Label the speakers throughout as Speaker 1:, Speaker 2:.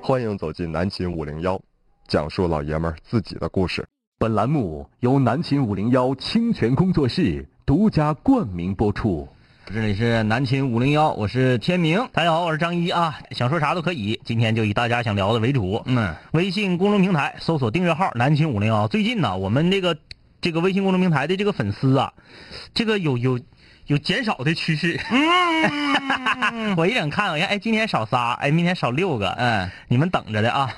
Speaker 1: 欢迎走进南秦五零幺，讲述老爷们儿自己的故事。
Speaker 2: 本栏目由南秦五零幺清泉工作室独家冠名播出。
Speaker 3: 这里是南秦五零幺，我是天明。
Speaker 4: 大家好，我是张一啊，想说啥都可以，今天就以大家想聊的为主。
Speaker 3: 嗯，
Speaker 4: 微信公众平台搜索订阅号“南秦五零幺”。最近呢，我们这个这个微信公众平台的这个粉丝啊，这个有有有减少的趋势。 我一整看，我看哎，今天少仨，哎，明天少六个，
Speaker 3: 嗯，
Speaker 4: 你们等着的啊。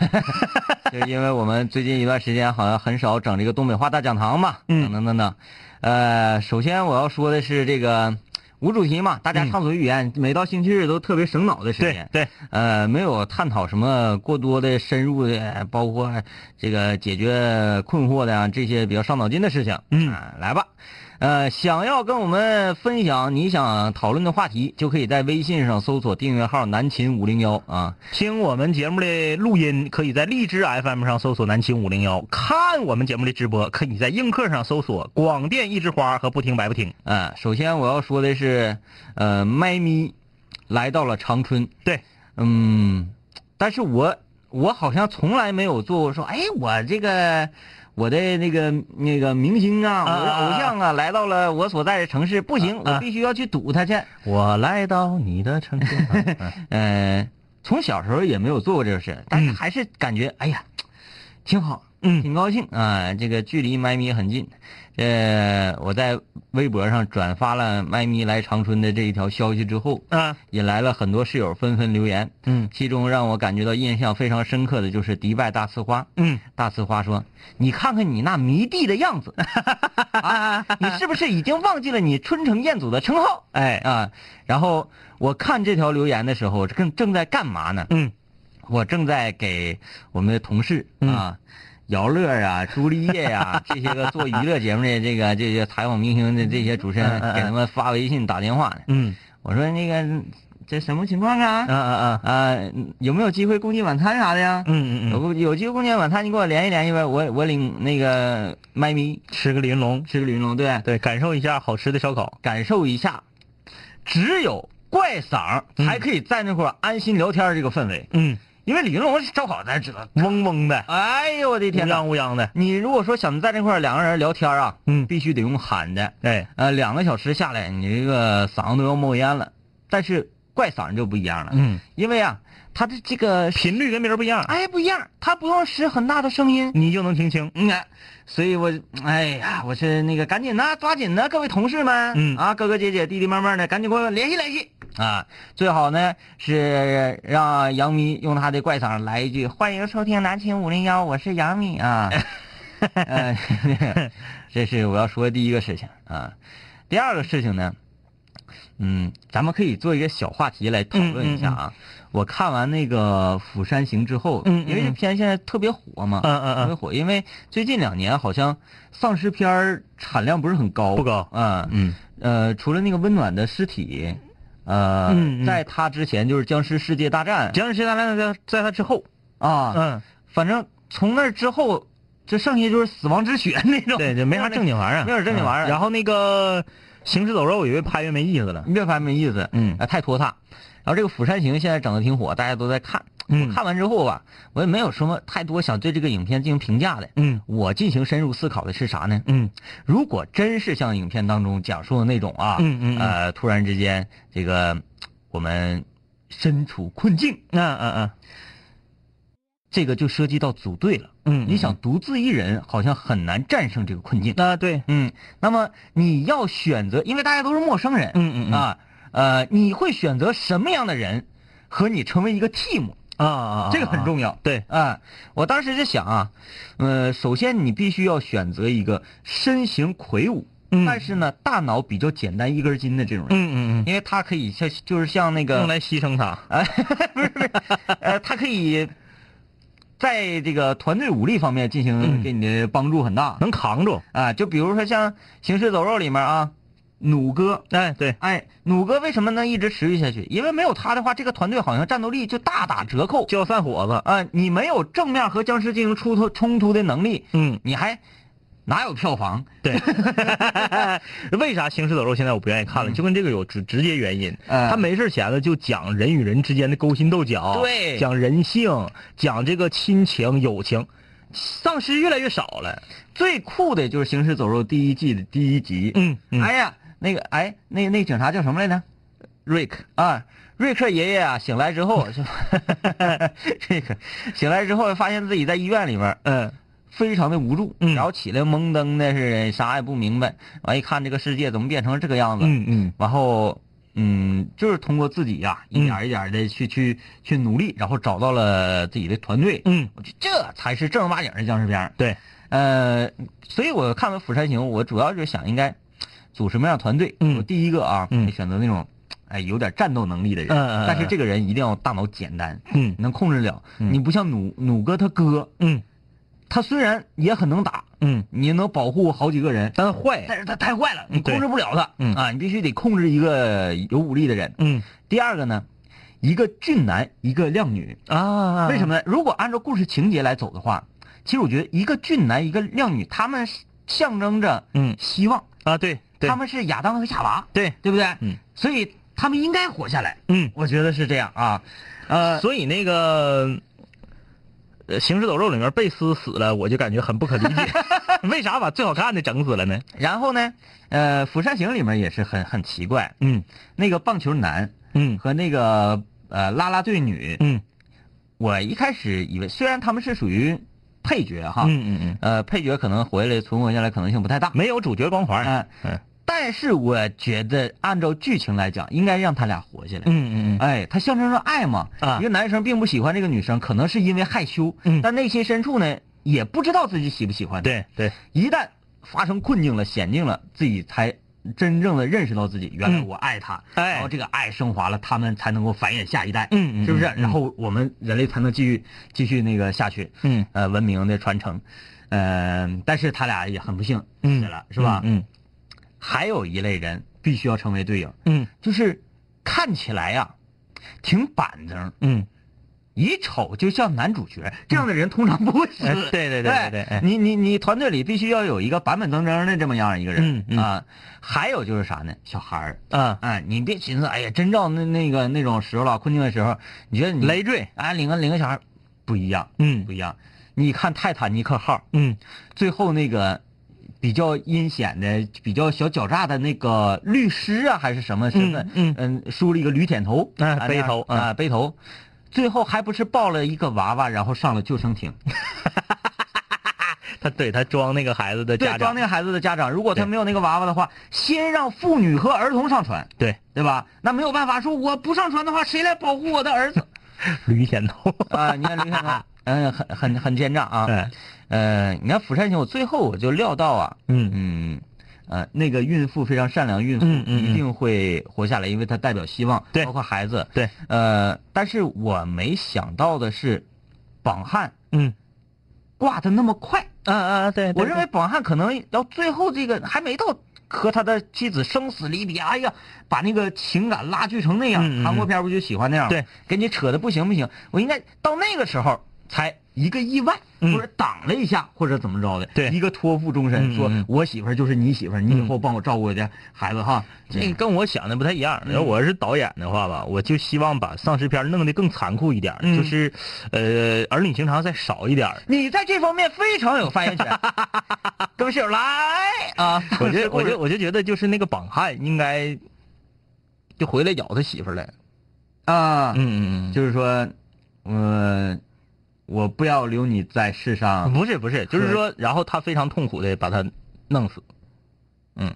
Speaker 3: 就是因为我们最近一段时间好像很少整这个东北话大讲堂嘛，
Speaker 4: 嗯
Speaker 3: 等等等等。呃，首先我要说的是这个无主题嘛，大家畅所欲言，每到星期日都特别省脑的时
Speaker 4: 对
Speaker 3: 间。
Speaker 4: 嗯对，
Speaker 3: 呃，没有探讨什么过多的深入的，包括这个解决困惑的、啊、这些比较伤脑筋的事情。
Speaker 4: 嗯
Speaker 3: 啊来吧，呃，想要跟我们分享你想讨论的话题，就可以在微信上搜索订阅号“南秦五零幺”啊。
Speaker 4: 听我们节目的录音，可以在荔枝 FM 上搜索“南秦五零幺”；看我们节目的直播，可以在映客上搜索“广电一枝花”和“不听白不听
Speaker 3: 嗯，首先我要说的是，呃，麦咪来到了长春。
Speaker 4: 对，
Speaker 3: 嗯，但是我我好像从来没有做过说，哎，我这个我的那个那个明星啊，我的
Speaker 4: 啊
Speaker 3: 偶像啊，来到了我所在的城市，不行，
Speaker 4: 啊
Speaker 3: 我必须要去堵他去。”。
Speaker 4: 我来到你的城 市。嗯
Speaker 3: 呃，从小时候也没有做过这个事，但是还是感觉，哎呀，挺好，
Speaker 4: 嗯
Speaker 3: 挺高兴啊、这个距离麦咪很近，呃，我在微博上转发了麦咪来长春的这一条消息之后，
Speaker 4: 啊，
Speaker 3: 引来了很多室友纷纷留言。
Speaker 4: 嗯
Speaker 3: 其中让我感觉到印象非常深刻的就是迪拜大呲花。
Speaker 4: 嗯，
Speaker 3: 大呲花说：“你看看你那迷弟的样 子，啊，你是不是已经忘记了你春城彦祖的称号？哎啊，然后我看这条留言的时候，正正在干嘛呢？
Speaker 4: 嗯，
Speaker 3: 我正在给我们的同事啊。姚乐 啊，朱丽叶呀、这些个做娱乐节目的这个这些采访明星的这些主持人
Speaker 4: 嗯嗯，嗯
Speaker 3: 给他们发微信打电话呢。
Speaker 4: 嗯
Speaker 3: 我说那个这什么情况啊？
Speaker 4: 啊啊啊，
Speaker 3: 啊，有没有机会共进晚餐啥的呀？
Speaker 4: 嗯嗯嗯，
Speaker 3: 有有机会共进晚餐，你给我联系联系呗。我我领那个麦咪
Speaker 4: 吃个林龙，
Speaker 3: 吃个驴笼，对，
Speaker 4: 对，感受一下好吃的烧烤。
Speaker 3: 感受一下，只有怪嗓儿才可以在那块儿安心聊天儿这个氛围。
Speaker 4: 嗯，
Speaker 3: 因为李云龙是烧烤，咱知道。
Speaker 4: 嗡嗡的，
Speaker 3: 哎呦我的
Speaker 4: 乌
Speaker 3: 天呐！
Speaker 4: 泱乌泱的。
Speaker 3: 你如果说想在那块儿两个人聊天儿啊，
Speaker 4: 嗯
Speaker 3: 必须得用喊的。
Speaker 4: 哎，
Speaker 3: 呃，两个小时下来，你这个嗓子都要冒烟了。但是怪嗓儿就不一样了，
Speaker 4: 嗯，
Speaker 3: 因为啊，他的这个
Speaker 4: 频率跟别人不一样，
Speaker 3: 哎，不一样，他不用使很大的声音。
Speaker 4: 你就能听清。
Speaker 3: 嗯，哎所以我，哎呀，我是那个赶紧呐，抓紧呐，各位同事们，
Speaker 4: 嗯
Speaker 3: 啊，哥哥姐姐、弟弟妹妹的，赶紧给我联系联系啊！最好呢是让杨咪用他的怪嗓来一句：“欢迎收听南青五零幺，我是杨 咪啊。呃” 这是我要说的第一个事情啊。第二个事情呢，嗯，咱们可以做一个小话题来讨论一下啊。我看完那个《釜山行》之后，
Speaker 4: 嗯嗯嗯
Speaker 3: 因为这
Speaker 4: 嗯
Speaker 3: 片现在特别火嘛，
Speaker 4: 嗯嗯
Speaker 3: 特别
Speaker 4: 嗯，
Speaker 3: 火，因为最近两年好像丧尸片儿产量不是很高，
Speaker 4: 不高
Speaker 3: 啊，
Speaker 4: 嗯
Speaker 3: 呃，除了那个温暖的尸体，呃，
Speaker 4: 嗯嗯
Speaker 3: 在它之前就是僵尸世界大战
Speaker 4: 僵尸大战在在他之后。
Speaker 3: 啊，
Speaker 4: 嗯，
Speaker 3: 反正从那之后，这剩下就是死亡之雪那种，
Speaker 4: 对，就没啥正经玩意儿，
Speaker 3: 没有正经玩意儿啊
Speaker 4: 嗯然后那个《行尸走肉》也越拍越没意思了。
Speaker 3: 越拍没意思，
Speaker 4: 嗯
Speaker 3: 啊，太拖沓。然后这个《釜山行》现在整的挺火，大家都在看。
Speaker 4: 嗯
Speaker 3: 我看完之后吧，我也没有什么太多想对这个影片进行评价的。
Speaker 4: 嗯
Speaker 3: 我进行深入思考的是啥呢？
Speaker 4: 嗯
Speaker 3: 如果真是像影片当中讲述的那种啊，
Speaker 4: 嗯嗯嗯
Speaker 3: 呃，突然之间这个我们身处困境，
Speaker 4: 嗯嗯嗯
Speaker 3: 这个就涉及到组队了。
Speaker 4: 嗯，
Speaker 3: 你想独自一人，好像很难战胜这个困境。
Speaker 4: 啊？对，
Speaker 3: 嗯，那么你要选择，因为大家都是陌生人，
Speaker 4: 嗯嗯嗯
Speaker 3: 啊，呃，你会选择什么样的人和你成为一个 team？
Speaker 4: 啊啊啊，
Speaker 3: 这个很重要。
Speaker 4: 对
Speaker 3: 啊，我当时就想啊，呃，首先你必须要选择一个身形魁梧，
Speaker 4: 嗯
Speaker 3: 但是呢大脑比较简单一根筋的这种人，
Speaker 4: 嗯嗯嗯，
Speaker 3: 因为他可以像就是像那
Speaker 4: 用
Speaker 3: 个，
Speaker 4: 来牺牲它。啊
Speaker 3: 呃，他可以在这个团队武力方面进行
Speaker 4: 嗯
Speaker 3: 给你的帮助很大、
Speaker 4: 能扛住。
Speaker 3: 啊。就比如说像《行尸走肉》里面啊，弩哥。
Speaker 4: 哎，对，
Speaker 3: 哎，弩哥为什么能一直持续下去？因为没有他的话，这个团队好像战斗力就大打折扣。
Speaker 4: 叫散伙子。
Speaker 3: 啊，你没有正面和僵尸进行冲突冲突的能力，
Speaker 4: 嗯
Speaker 3: 你还哪有票房？
Speaker 4: 对，为啥《行尸走肉》现在我不愿意看了？就跟这个有直直接原因。
Speaker 3: 嗯
Speaker 4: 他没事闲了就讲人与人之间的勾心斗角，
Speaker 3: 对
Speaker 4: 讲人性，讲这个亲情、友情，丧尸越来越少了。
Speaker 3: 最酷的就是《行尸走肉》第一季的第一集。
Speaker 4: 嗯嗯
Speaker 3: 哎呀，那个哎，那那警察叫什么来着？瑞克啊，瑞克爷爷啊，醒来之 后，瑞克 醒来之后发现自己在医院里边，嗯，非常的无助，
Speaker 4: 嗯
Speaker 3: 然后起来懵登的是啥也不明白，完一看这个世界怎么变成这个样子，
Speaker 4: 嗯嗯，
Speaker 3: 然后嗯，就是通过自己呀、一点一点的去、去去努力，然后找到了自己的团队，
Speaker 4: 嗯，
Speaker 3: 我觉得这才是正儿八经的僵尸片儿。
Speaker 4: 对，
Speaker 3: 呃，所以我看完《釜山行》，我主要就是想应该组什么样的团队。
Speaker 4: 嗯
Speaker 3: 我第一个啊，
Speaker 4: 嗯
Speaker 3: 选择那种哎有点战斗能力的人，
Speaker 4: 嗯嗯嗯
Speaker 3: 但是这个人一定要大脑简单，
Speaker 4: 嗯
Speaker 3: 能控制了。
Speaker 4: 嗯
Speaker 3: 你不像弩弩哥他哥，
Speaker 4: 嗯
Speaker 3: 他虽然也很能打，
Speaker 4: 嗯，
Speaker 3: 你能保护好几个人，
Speaker 4: 但坏，
Speaker 3: 但是他太坏了，你
Speaker 4: 嗯对
Speaker 3: 控制不了他。
Speaker 4: 嗯
Speaker 3: 啊，你必须得控制一个有武力的人。
Speaker 4: 嗯
Speaker 3: 第二个呢，一个俊男，一个靓女。
Speaker 4: 啊，
Speaker 3: 嗯为什？么呢？如果按照故事情节来走的话，其实我觉得一个俊男一个靓女，他们是象征着
Speaker 4: 嗯
Speaker 3: 希望，
Speaker 4: 啊，对对，
Speaker 3: 他们是亚当和夏娃，
Speaker 4: 对，
Speaker 3: 对不对？
Speaker 4: 嗯，
Speaker 3: 所以他们应该活下来，
Speaker 4: 嗯。
Speaker 3: 我觉得是这样啊。呃，
Speaker 4: 所以那个呃《行尸走肉》里面贝斯死了，我就感觉很不可理 解，为啥把最好看的整死了呢？
Speaker 3: 然后呢，呃，《釜山行》里面也是很很奇怪，
Speaker 4: 嗯
Speaker 3: 那个棒球男
Speaker 4: 嗯
Speaker 3: 和那个呃啦啦队女，
Speaker 4: 嗯
Speaker 3: 我一开始以为虽然他们是属于配角哈，
Speaker 4: 嗯嗯嗯，
Speaker 3: 呃，配角可能回来存活下来可能性不太大，
Speaker 4: 没有主角光环。
Speaker 3: 嗯，
Speaker 4: 嗯
Speaker 3: 但是我觉得按照剧情来讲，应该让他俩活下来。
Speaker 4: 嗯嗯嗯，
Speaker 3: 哎，它象征着爱嘛。
Speaker 4: 啊
Speaker 3: 一个男生并不喜欢这个女生，可能是因为害羞，
Speaker 4: 嗯
Speaker 3: 但内心深处呢，也不知道自己喜不喜欢。，
Speaker 4: 对对，
Speaker 3: 一旦发生困境了、险境了，自己才真正的认识到自己，原来
Speaker 4: 嗯
Speaker 3: 我爱他。
Speaker 4: 哎
Speaker 3: 然后这个爱升华了，他们才能够繁衍下一代。
Speaker 4: 嗯嗯
Speaker 3: 是不是？
Speaker 4: 嗯嗯
Speaker 3: 然后我们人类才能继续继续那个下去。
Speaker 4: 嗯
Speaker 3: 呃，文明的传承。嗯、但是他俩也很不幸
Speaker 4: 嗯
Speaker 3: 死了，是吧？
Speaker 4: 嗯
Speaker 3: 还有一类人必须要成为队友，
Speaker 4: 嗯
Speaker 3: 就是看起来呀、挺板正，
Speaker 4: 嗯
Speaker 3: 一瞅就像男主角，这样的人通常不会死。
Speaker 4: 哎对对对对对
Speaker 3: 哎
Speaker 4: 哎
Speaker 3: 你你你团队里必须要有一个板板正正的这么样一个人
Speaker 4: 嗯嗯
Speaker 3: 啊。还有就是啥呢？小孩儿，
Speaker 4: 啊，
Speaker 3: 哎，你别寻思，哎呀，真到那那个那种时候了，困境的时候，你觉得你
Speaker 4: 累赘。
Speaker 3: 啊，领个领个小孩儿不一样，
Speaker 4: 嗯
Speaker 3: 不一样。你看《泰坦尼克号》，
Speaker 4: 嗯
Speaker 3: 最后那个比较阴险的、比较小狡诈的那个律师啊，还是什么身份？
Speaker 4: 嗯
Speaker 3: 梳了一个驴舔头，
Speaker 4: 哎
Speaker 3: 啊
Speaker 4: 背头
Speaker 3: 那样啊，背头，最后还不是抱了一个娃娃，然后上了救生艇。
Speaker 4: 哎他对他装那个孩子的
Speaker 3: 对，
Speaker 4: 家
Speaker 3: 装
Speaker 4: 长
Speaker 3: 那。个孩子的家长，如果他
Speaker 4: 对
Speaker 3: 没有那个娃娃的话，先让妇女和儿童上船，
Speaker 4: 对，
Speaker 3: 对吧？那没有办法，说我不上船的话，谁来保护我的儿子？
Speaker 4: 驴舔头。
Speaker 3: 啊，你看驴舔头，嗯，很很很奸诈啊。
Speaker 4: 哎
Speaker 3: 呃，你看《釜山行》，我最后我就料到啊，
Speaker 4: 嗯
Speaker 3: 嗯，呃，那个孕妇非常善良，孕妇
Speaker 4: 嗯嗯嗯
Speaker 3: 一定会活下来，因为她代表希望，
Speaker 4: 对
Speaker 3: 包括孩子，
Speaker 4: 对，
Speaker 3: 呃，但是我没想到的是，绑汉
Speaker 4: 嗯
Speaker 3: 挂的那么快，
Speaker 4: 啊啊对，
Speaker 3: 我认为绑汉可能到最后这个还没到和他的妻子生死离别，哎呀，把那个情感拉锯成那样，
Speaker 4: 嗯嗯嗯
Speaker 3: 韩国片不就喜欢那样吗？
Speaker 4: 对，
Speaker 3: 给你扯的不行不行，我应该到那个时候才一个意外，
Speaker 4: 嗯
Speaker 3: 或者挡了一下，或者怎么着的，
Speaker 4: 对
Speaker 3: 一个托付终身，
Speaker 4: 嗯嗯
Speaker 3: 说
Speaker 4: 嗯
Speaker 3: 我媳妇儿就是你媳妇儿，你以后帮我照顾我的孩子哈，
Speaker 4: 这跟我想的不太一
Speaker 3: 嗯
Speaker 4: 样。要我是导演的话吧，我就希望把丧尸片弄得更残酷一点儿，
Speaker 3: 嗯
Speaker 4: 就是，呃，儿女情长再少一点儿。
Speaker 3: 你在这方面非常有发言 权，各位室友来啊！
Speaker 4: 我 觉得，我就我就觉得，就是那个绑汉应该就回来咬他媳妇儿来。
Speaker 3: 啊，
Speaker 4: 嗯嗯
Speaker 3: 就是说，呃，我不要留你在世上。
Speaker 4: 啊不是不是，就是说，然后他非常痛苦的把他弄死，
Speaker 3: 嗯，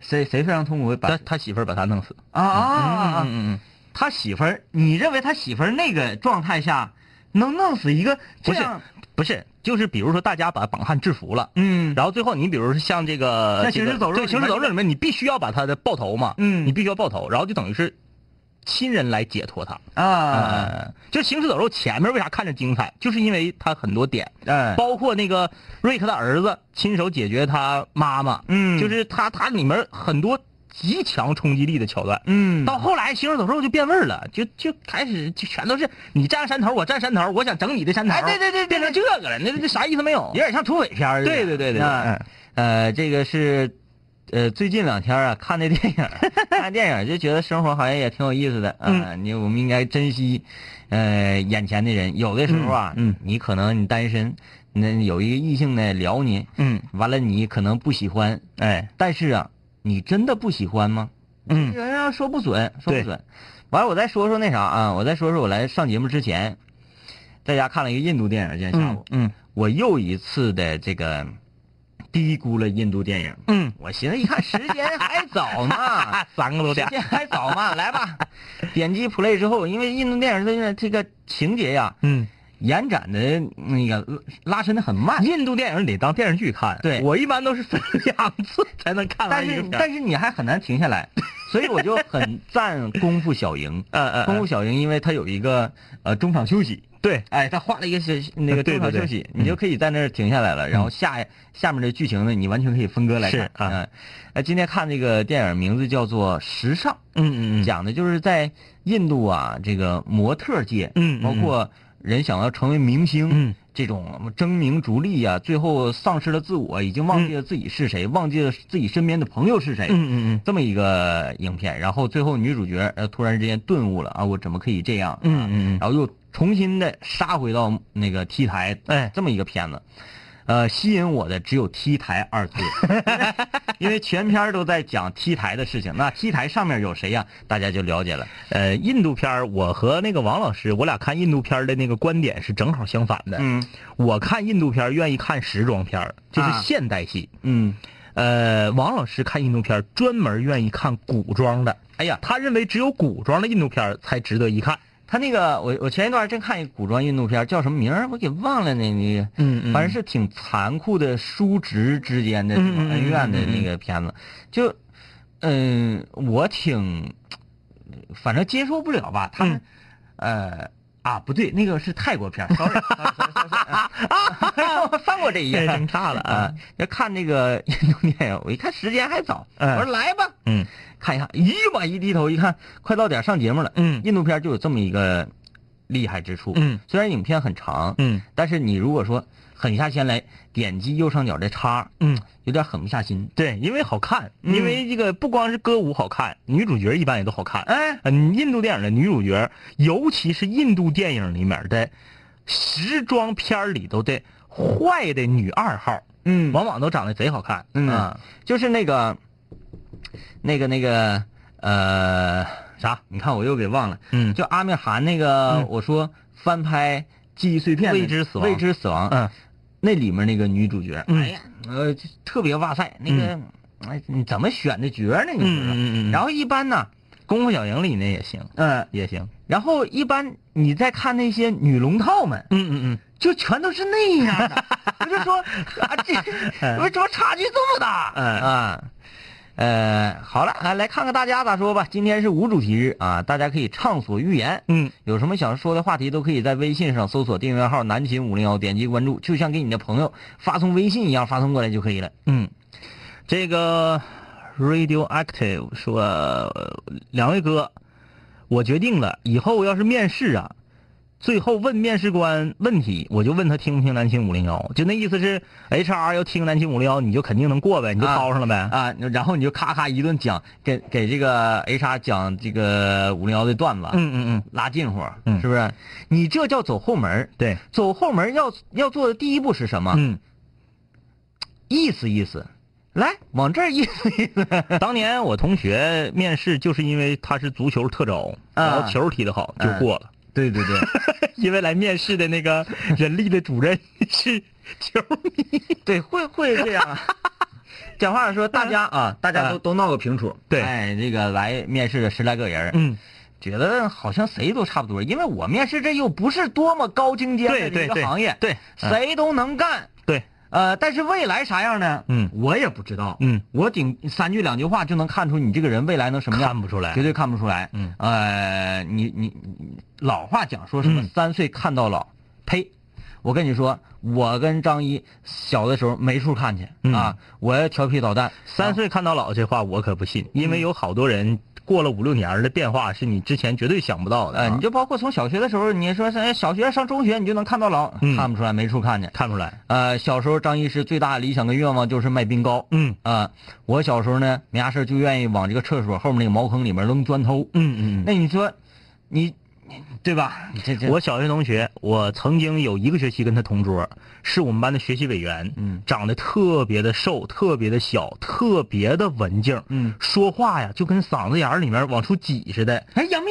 Speaker 3: 谁谁非常痛苦把
Speaker 4: 他他媳妇儿把他弄死。
Speaker 3: 啊啊啊！
Speaker 4: 嗯嗯
Speaker 3: 他媳妇儿，你认为他媳妇儿那个状态下能弄死一个
Speaker 4: 不
Speaker 3: 这
Speaker 4: 是
Speaker 3: 样？
Speaker 4: 不是，就是比如说大家把绑汉制服了。
Speaker 3: 嗯，
Speaker 4: 然后最后，你比如说像这个，
Speaker 3: 像
Speaker 4: 这个
Speaker 3: 行尸走肉
Speaker 4: 对
Speaker 3: 里
Speaker 4: 行尸
Speaker 3: 面
Speaker 4: 走肉里面，你必须要把他的爆头嘛，
Speaker 3: 嗯
Speaker 4: 你必须要爆头，然后就等于是亲人来解脱他，
Speaker 3: 啊，
Speaker 4: 啊，就行尸走肉前面为啥看着精彩，就是因为它很多点，
Speaker 3: 哎，
Speaker 4: 包括那个瑞克的儿子亲手解决他妈妈，
Speaker 3: 嗯
Speaker 4: 就是他他里面很多极强冲击力的桥段。
Speaker 3: 嗯
Speaker 4: 到后来，形成走兽就变味儿了，就就开始就全都是你占山头，我占山头，我想整你的山头，
Speaker 3: 哎对对对对
Speaker 4: 变成这个了，那那啥意思没有？
Speaker 3: 有点像土匪片儿似的。
Speaker 4: 对对对对
Speaker 3: 啊呃，这个是，呃，最近两天啊看的电影儿， 看电影儿就觉得生活好像也挺有意思的啊。
Speaker 4: 嗯
Speaker 3: 你我们应该珍惜，呃，眼前的人。有的时候啊，
Speaker 4: 嗯嗯
Speaker 3: 你可能你单身，那有一个异性呢聊你，
Speaker 4: 嗯，
Speaker 3: 完了你可能不喜欢，
Speaker 4: 哎，
Speaker 3: 但是啊，你真的不喜欢吗？
Speaker 4: 嗯
Speaker 3: 这人要说不准，说
Speaker 4: 对
Speaker 3: 不准。完了，我再说说那啥啊，我再说说我来上节目之前，在家看了一个印度电影，今天下午。
Speaker 4: 嗯嗯
Speaker 3: 我又一次的这个低估了印度电影。
Speaker 4: 嗯，
Speaker 3: 我寻思一看时间还早呢，
Speaker 4: 啊，三个多
Speaker 3: 时
Speaker 4: 点儿，
Speaker 3: 间还早 嘛，来吧，点击 play 之后，因为印度电影的这个情节呀，
Speaker 4: 嗯。
Speaker 3: 延展的那个拉伸的很慢，
Speaker 4: 印度电影得当电视剧看，
Speaker 3: 对
Speaker 4: 我一般都是分两次才能看完
Speaker 3: 但
Speaker 4: 一个
Speaker 3: 是
Speaker 4: 片儿。
Speaker 3: 但是你还很难停下来，所以我就很赞功夫小营。
Speaker 4: 呃呃
Speaker 3: 功夫
Speaker 4: 呃，
Speaker 3: 小营，因为它有一个呃中场休息，
Speaker 4: 对，
Speaker 3: 哎，他画了一个是那个
Speaker 4: 对
Speaker 3: 中场
Speaker 4: 对对
Speaker 3: 休息，
Speaker 4: 嗯
Speaker 3: 你就可以在那儿停下来了，然后下下面的剧情呢，你完全可以分割来看
Speaker 4: 是啊
Speaker 3: 嗯哎，今天看这个电影名字叫做《时尚
Speaker 4: 嗯》，嗯
Speaker 3: 讲的就是在印度啊这个模特界，
Speaker 4: 嗯嗯
Speaker 3: 包括人想要成为明星，
Speaker 4: 嗯
Speaker 3: 这种争名逐利啊，最后丧失了自我，已经忘记了自己是谁，忘记了自己身边的朋友是谁，
Speaker 4: 嗯嗯嗯
Speaker 3: 这么一个影片，然后最后女主角呃突然之间顿悟了啊，我怎么可以这样啊？
Speaker 4: 嗯嗯嗯，
Speaker 3: 然后又重新的杀回到那个 T 台，
Speaker 4: 哎
Speaker 3: 这么一个片子，呃，吸引我的只有 T 台二字， 因为全片儿都在讲 T 台的事情。那 T 台上面有谁呀、大家就了解了。
Speaker 4: 呃，印度片儿，我和那个王老师，我俩看印度片儿的那个观点是正好相反的。
Speaker 3: 嗯
Speaker 4: 我看印度片儿愿意看时装片儿，就是
Speaker 3: 啊
Speaker 4: 现代戏。
Speaker 3: 嗯，
Speaker 4: 呃，王老师看印度片儿专门愿意看古装的。
Speaker 3: 哎呀，
Speaker 4: 他认为只有古装的印度片儿才值得一看。
Speaker 3: 他那个我我前一段正看一古装印度片儿，叫什么名儿我给忘了那那个。
Speaker 4: 嗯
Speaker 3: 反
Speaker 4: 反正是
Speaker 3: 正是挺残酷的叔侄之间的这
Speaker 4: 嗯嗯
Speaker 3: 种
Speaker 4: 嗯
Speaker 3: 恩怨的
Speaker 4: 嗯嗯
Speaker 3: 那个片子，就，嗯，我挺，反正接受不了吧，
Speaker 4: 嗯
Speaker 3: 他们，呃。啊，不对，那个是泰国片儿 sorry，sorry，sorry，sorry，sorry，啊 我翻过这一页，
Speaker 4: 哎真差了啊
Speaker 3: 啊！要看那个印度电影，我一看时间还早，
Speaker 4: 嗯
Speaker 3: 我说来吧，
Speaker 4: 嗯
Speaker 3: 看一看，咦我一低头一看，快到点儿上节目了。
Speaker 4: 嗯
Speaker 3: 印度片儿就有这么一个厉害之处，
Speaker 4: 嗯，
Speaker 3: 虽然影片很长，
Speaker 4: 嗯
Speaker 3: 但是你如果说狠下心来点击右上角的叉，
Speaker 4: 嗯，
Speaker 3: 有点狠不下心。
Speaker 4: 对，因为好看，
Speaker 3: 嗯
Speaker 4: 因为这个不光是歌舞好看，女主角一般也都好看。
Speaker 3: 哎，
Speaker 4: 嗯，印度电影的女主角，尤其是印度电影里面的时装片儿里头的坏的女二号，
Speaker 3: 嗯
Speaker 4: 往往都长得贼好看。
Speaker 3: 嗯
Speaker 4: 啊，
Speaker 3: 就是那个，那个那个呃啥，你看我又给忘了，
Speaker 4: 嗯
Speaker 3: 就阿米汗那个，
Speaker 4: 嗯
Speaker 3: 我说翻拍《记忆碎片》
Speaker 4: 未知死亡
Speaker 3: 未知死亡，
Speaker 4: 嗯，
Speaker 3: 那里面那个女主角，
Speaker 4: 嗯
Speaker 3: 哎呀，呃，就特别哇塞，那个，哎，你怎么选的角呢？你说说。
Speaker 4: 嗯嗯嗯嗯
Speaker 3: 然后一般呢，
Speaker 4: 功夫小营里那也行，
Speaker 3: 嗯，
Speaker 4: 也行。
Speaker 3: 然后一般你再看那些女龙套们，
Speaker 4: 嗯嗯嗯，
Speaker 3: 就全都是那样的， 我就说啊，这为什么差距这么大？
Speaker 4: 嗯
Speaker 3: 啊，呃，好了，啊，来看看大家咋说吧。今天是无主题日啊，大家可以畅所欲言。
Speaker 4: 嗯，
Speaker 3: 有什么想说的话题，都可以在微信上搜索订阅号“南秦五零幺”，点击关注，就像给你的朋友发送微信一样发送过来就可以了。
Speaker 4: 嗯，这个 radioactive 说，呃两位哥，我决定了，以后要是面试啊，最后问面试官问题，我就问他听不听南青五零幺，就那意思是 HR 要听南青五零幺，你就肯定能过呗，你就
Speaker 3: 啊
Speaker 4: 掏上了呗。
Speaker 3: 啊，然后你就咔咔一顿讲，给给这个 HR 讲这个五零幺的段子，
Speaker 4: 嗯嗯嗯，
Speaker 3: 拉近乎，
Speaker 4: 嗯
Speaker 3: 是不是？你这叫走后门儿
Speaker 4: 对，
Speaker 3: 走后门要要做的第一步是什么？
Speaker 4: 嗯，
Speaker 3: 意思意思，来往这儿意思意 思。
Speaker 4: 当年我同学面试就是因为他是足球特招，
Speaker 3: 啊
Speaker 4: 然后球踢得好就过了，
Speaker 3: 对对对
Speaker 4: 因为来面试的那个人力的主任是球 迷。
Speaker 3: 对，会会这样。讲话说，大家啊，大家都
Speaker 4: 啊嗯
Speaker 3: 都闹个平处。
Speaker 4: 对
Speaker 3: 哎，这个来面试的十来个人，
Speaker 4: 嗯。
Speaker 3: 觉得好像谁都差不多，因为我面试这又不是多么高精尖
Speaker 4: 对
Speaker 3: 的
Speaker 4: 对
Speaker 3: 一个
Speaker 4: 对，
Speaker 3: 行业，
Speaker 4: 对嗯
Speaker 3: 谁都能干。
Speaker 4: 对，
Speaker 3: 呃，但是未来啥样呢？
Speaker 4: 嗯
Speaker 3: 我也不知道。
Speaker 4: 嗯，
Speaker 3: 我顶三句两句话就能看出你这个人未来能什么样。
Speaker 4: 看不出来
Speaker 3: 绝。对看不出来。
Speaker 4: 嗯，
Speaker 3: 呃，你你你老话讲说什么
Speaker 4: 嗯
Speaker 3: 三岁看到老，呸！我跟你说，我跟张一小的时候没处看去、
Speaker 4: 嗯
Speaker 3: 啊，我要调皮捣蛋，
Speaker 4: 三岁看到老这话我可不信，因为有好多人过了五六年儿的变化是你之前绝对想不到的啊。
Speaker 3: 呃，你就包括从小学的时候，你说是哎小学上中学，你就能看到老，
Speaker 4: 嗯
Speaker 3: 看不出来，没处看去。
Speaker 4: 看出来，
Speaker 3: 呃，小时候张医师最大的理想跟愿望就是卖冰糕。
Speaker 4: 嗯
Speaker 3: 啊、我小时候呢，没啥事儿就愿意往这个厕所后面那个茅坑里面扔砖头。
Speaker 4: 嗯嗯，
Speaker 3: 那你说，你，对吧？这这
Speaker 4: 我小学同学，我曾经有一个学期跟他同桌，是我们班的学习委员，
Speaker 3: 嗯
Speaker 4: 长得特别的瘦，特别的小，特别的文静，
Speaker 3: 嗯
Speaker 4: 说话呀就跟嗓子眼儿里面往出挤似的，
Speaker 3: 哎，杨幂，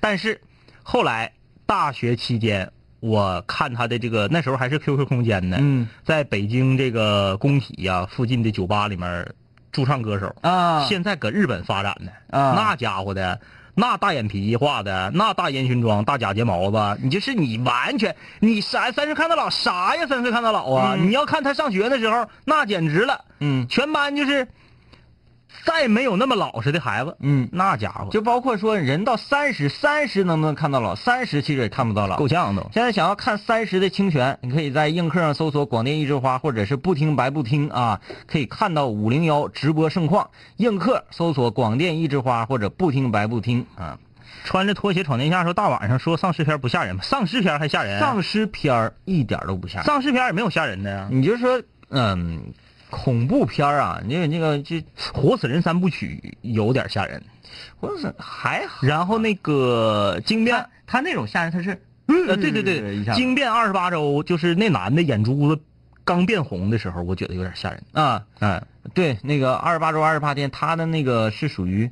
Speaker 4: 但是后来大学期间，我看他的这个那时候还是 QQ 空间呢，
Speaker 3: 嗯
Speaker 4: 在北京这个工体呀、附近的酒吧里面驻唱歌手，
Speaker 3: 啊，
Speaker 4: 现在搁日本发展呢，
Speaker 3: 啊
Speaker 4: 那家伙的。那大眼皮画的，那大烟熏妆，大假睫毛子，你就是你完全，你啥三岁看到老啥呀？三岁看到老啊！
Speaker 3: 嗯
Speaker 4: 你要看他上学的时候，那简直了，
Speaker 3: 嗯
Speaker 4: 全班就是再没有那么老实的孩子，
Speaker 3: 嗯，
Speaker 4: 那家伙
Speaker 3: 就包括说人到三十，三十能不能看到老？三十其实也看不到老。
Speaker 4: 够呛都。
Speaker 3: 现在想要看三十的清泉，你可以在映客上搜索“广电一枝花”或者是“不听白不听”啊，可以看到五零幺直播盛况。映客搜索“广电一枝花”或者“不听白不听”啊。
Speaker 4: 穿着拖鞋闯天下的时候，大晚上说丧尸片不吓人吗？丧尸片还吓人？啊
Speaker 3: 丧尸片儿一点都不吓人，
Speaker 4: 丧尸片也没有吓人的呀。
Speaker 3: 你就说，嗯，恐怖片儿啊，那个那个这，
Speaker 4: 活死人三部曲有点吓人，
Speaker 3: 我是还好，
Speaker 4: 然后那个惊变，
Speaker 3: 他那种吓人他是，
Speaker 4: 呃，对对对，惊变二十八周，就是那男的眼珠子刚变红的时候，我觉得有点吓人。
Speaker 3: 啊，
Speaker 4: 哎，
Speaker 3: 对，那个二十八周二十八天，他的那个是属于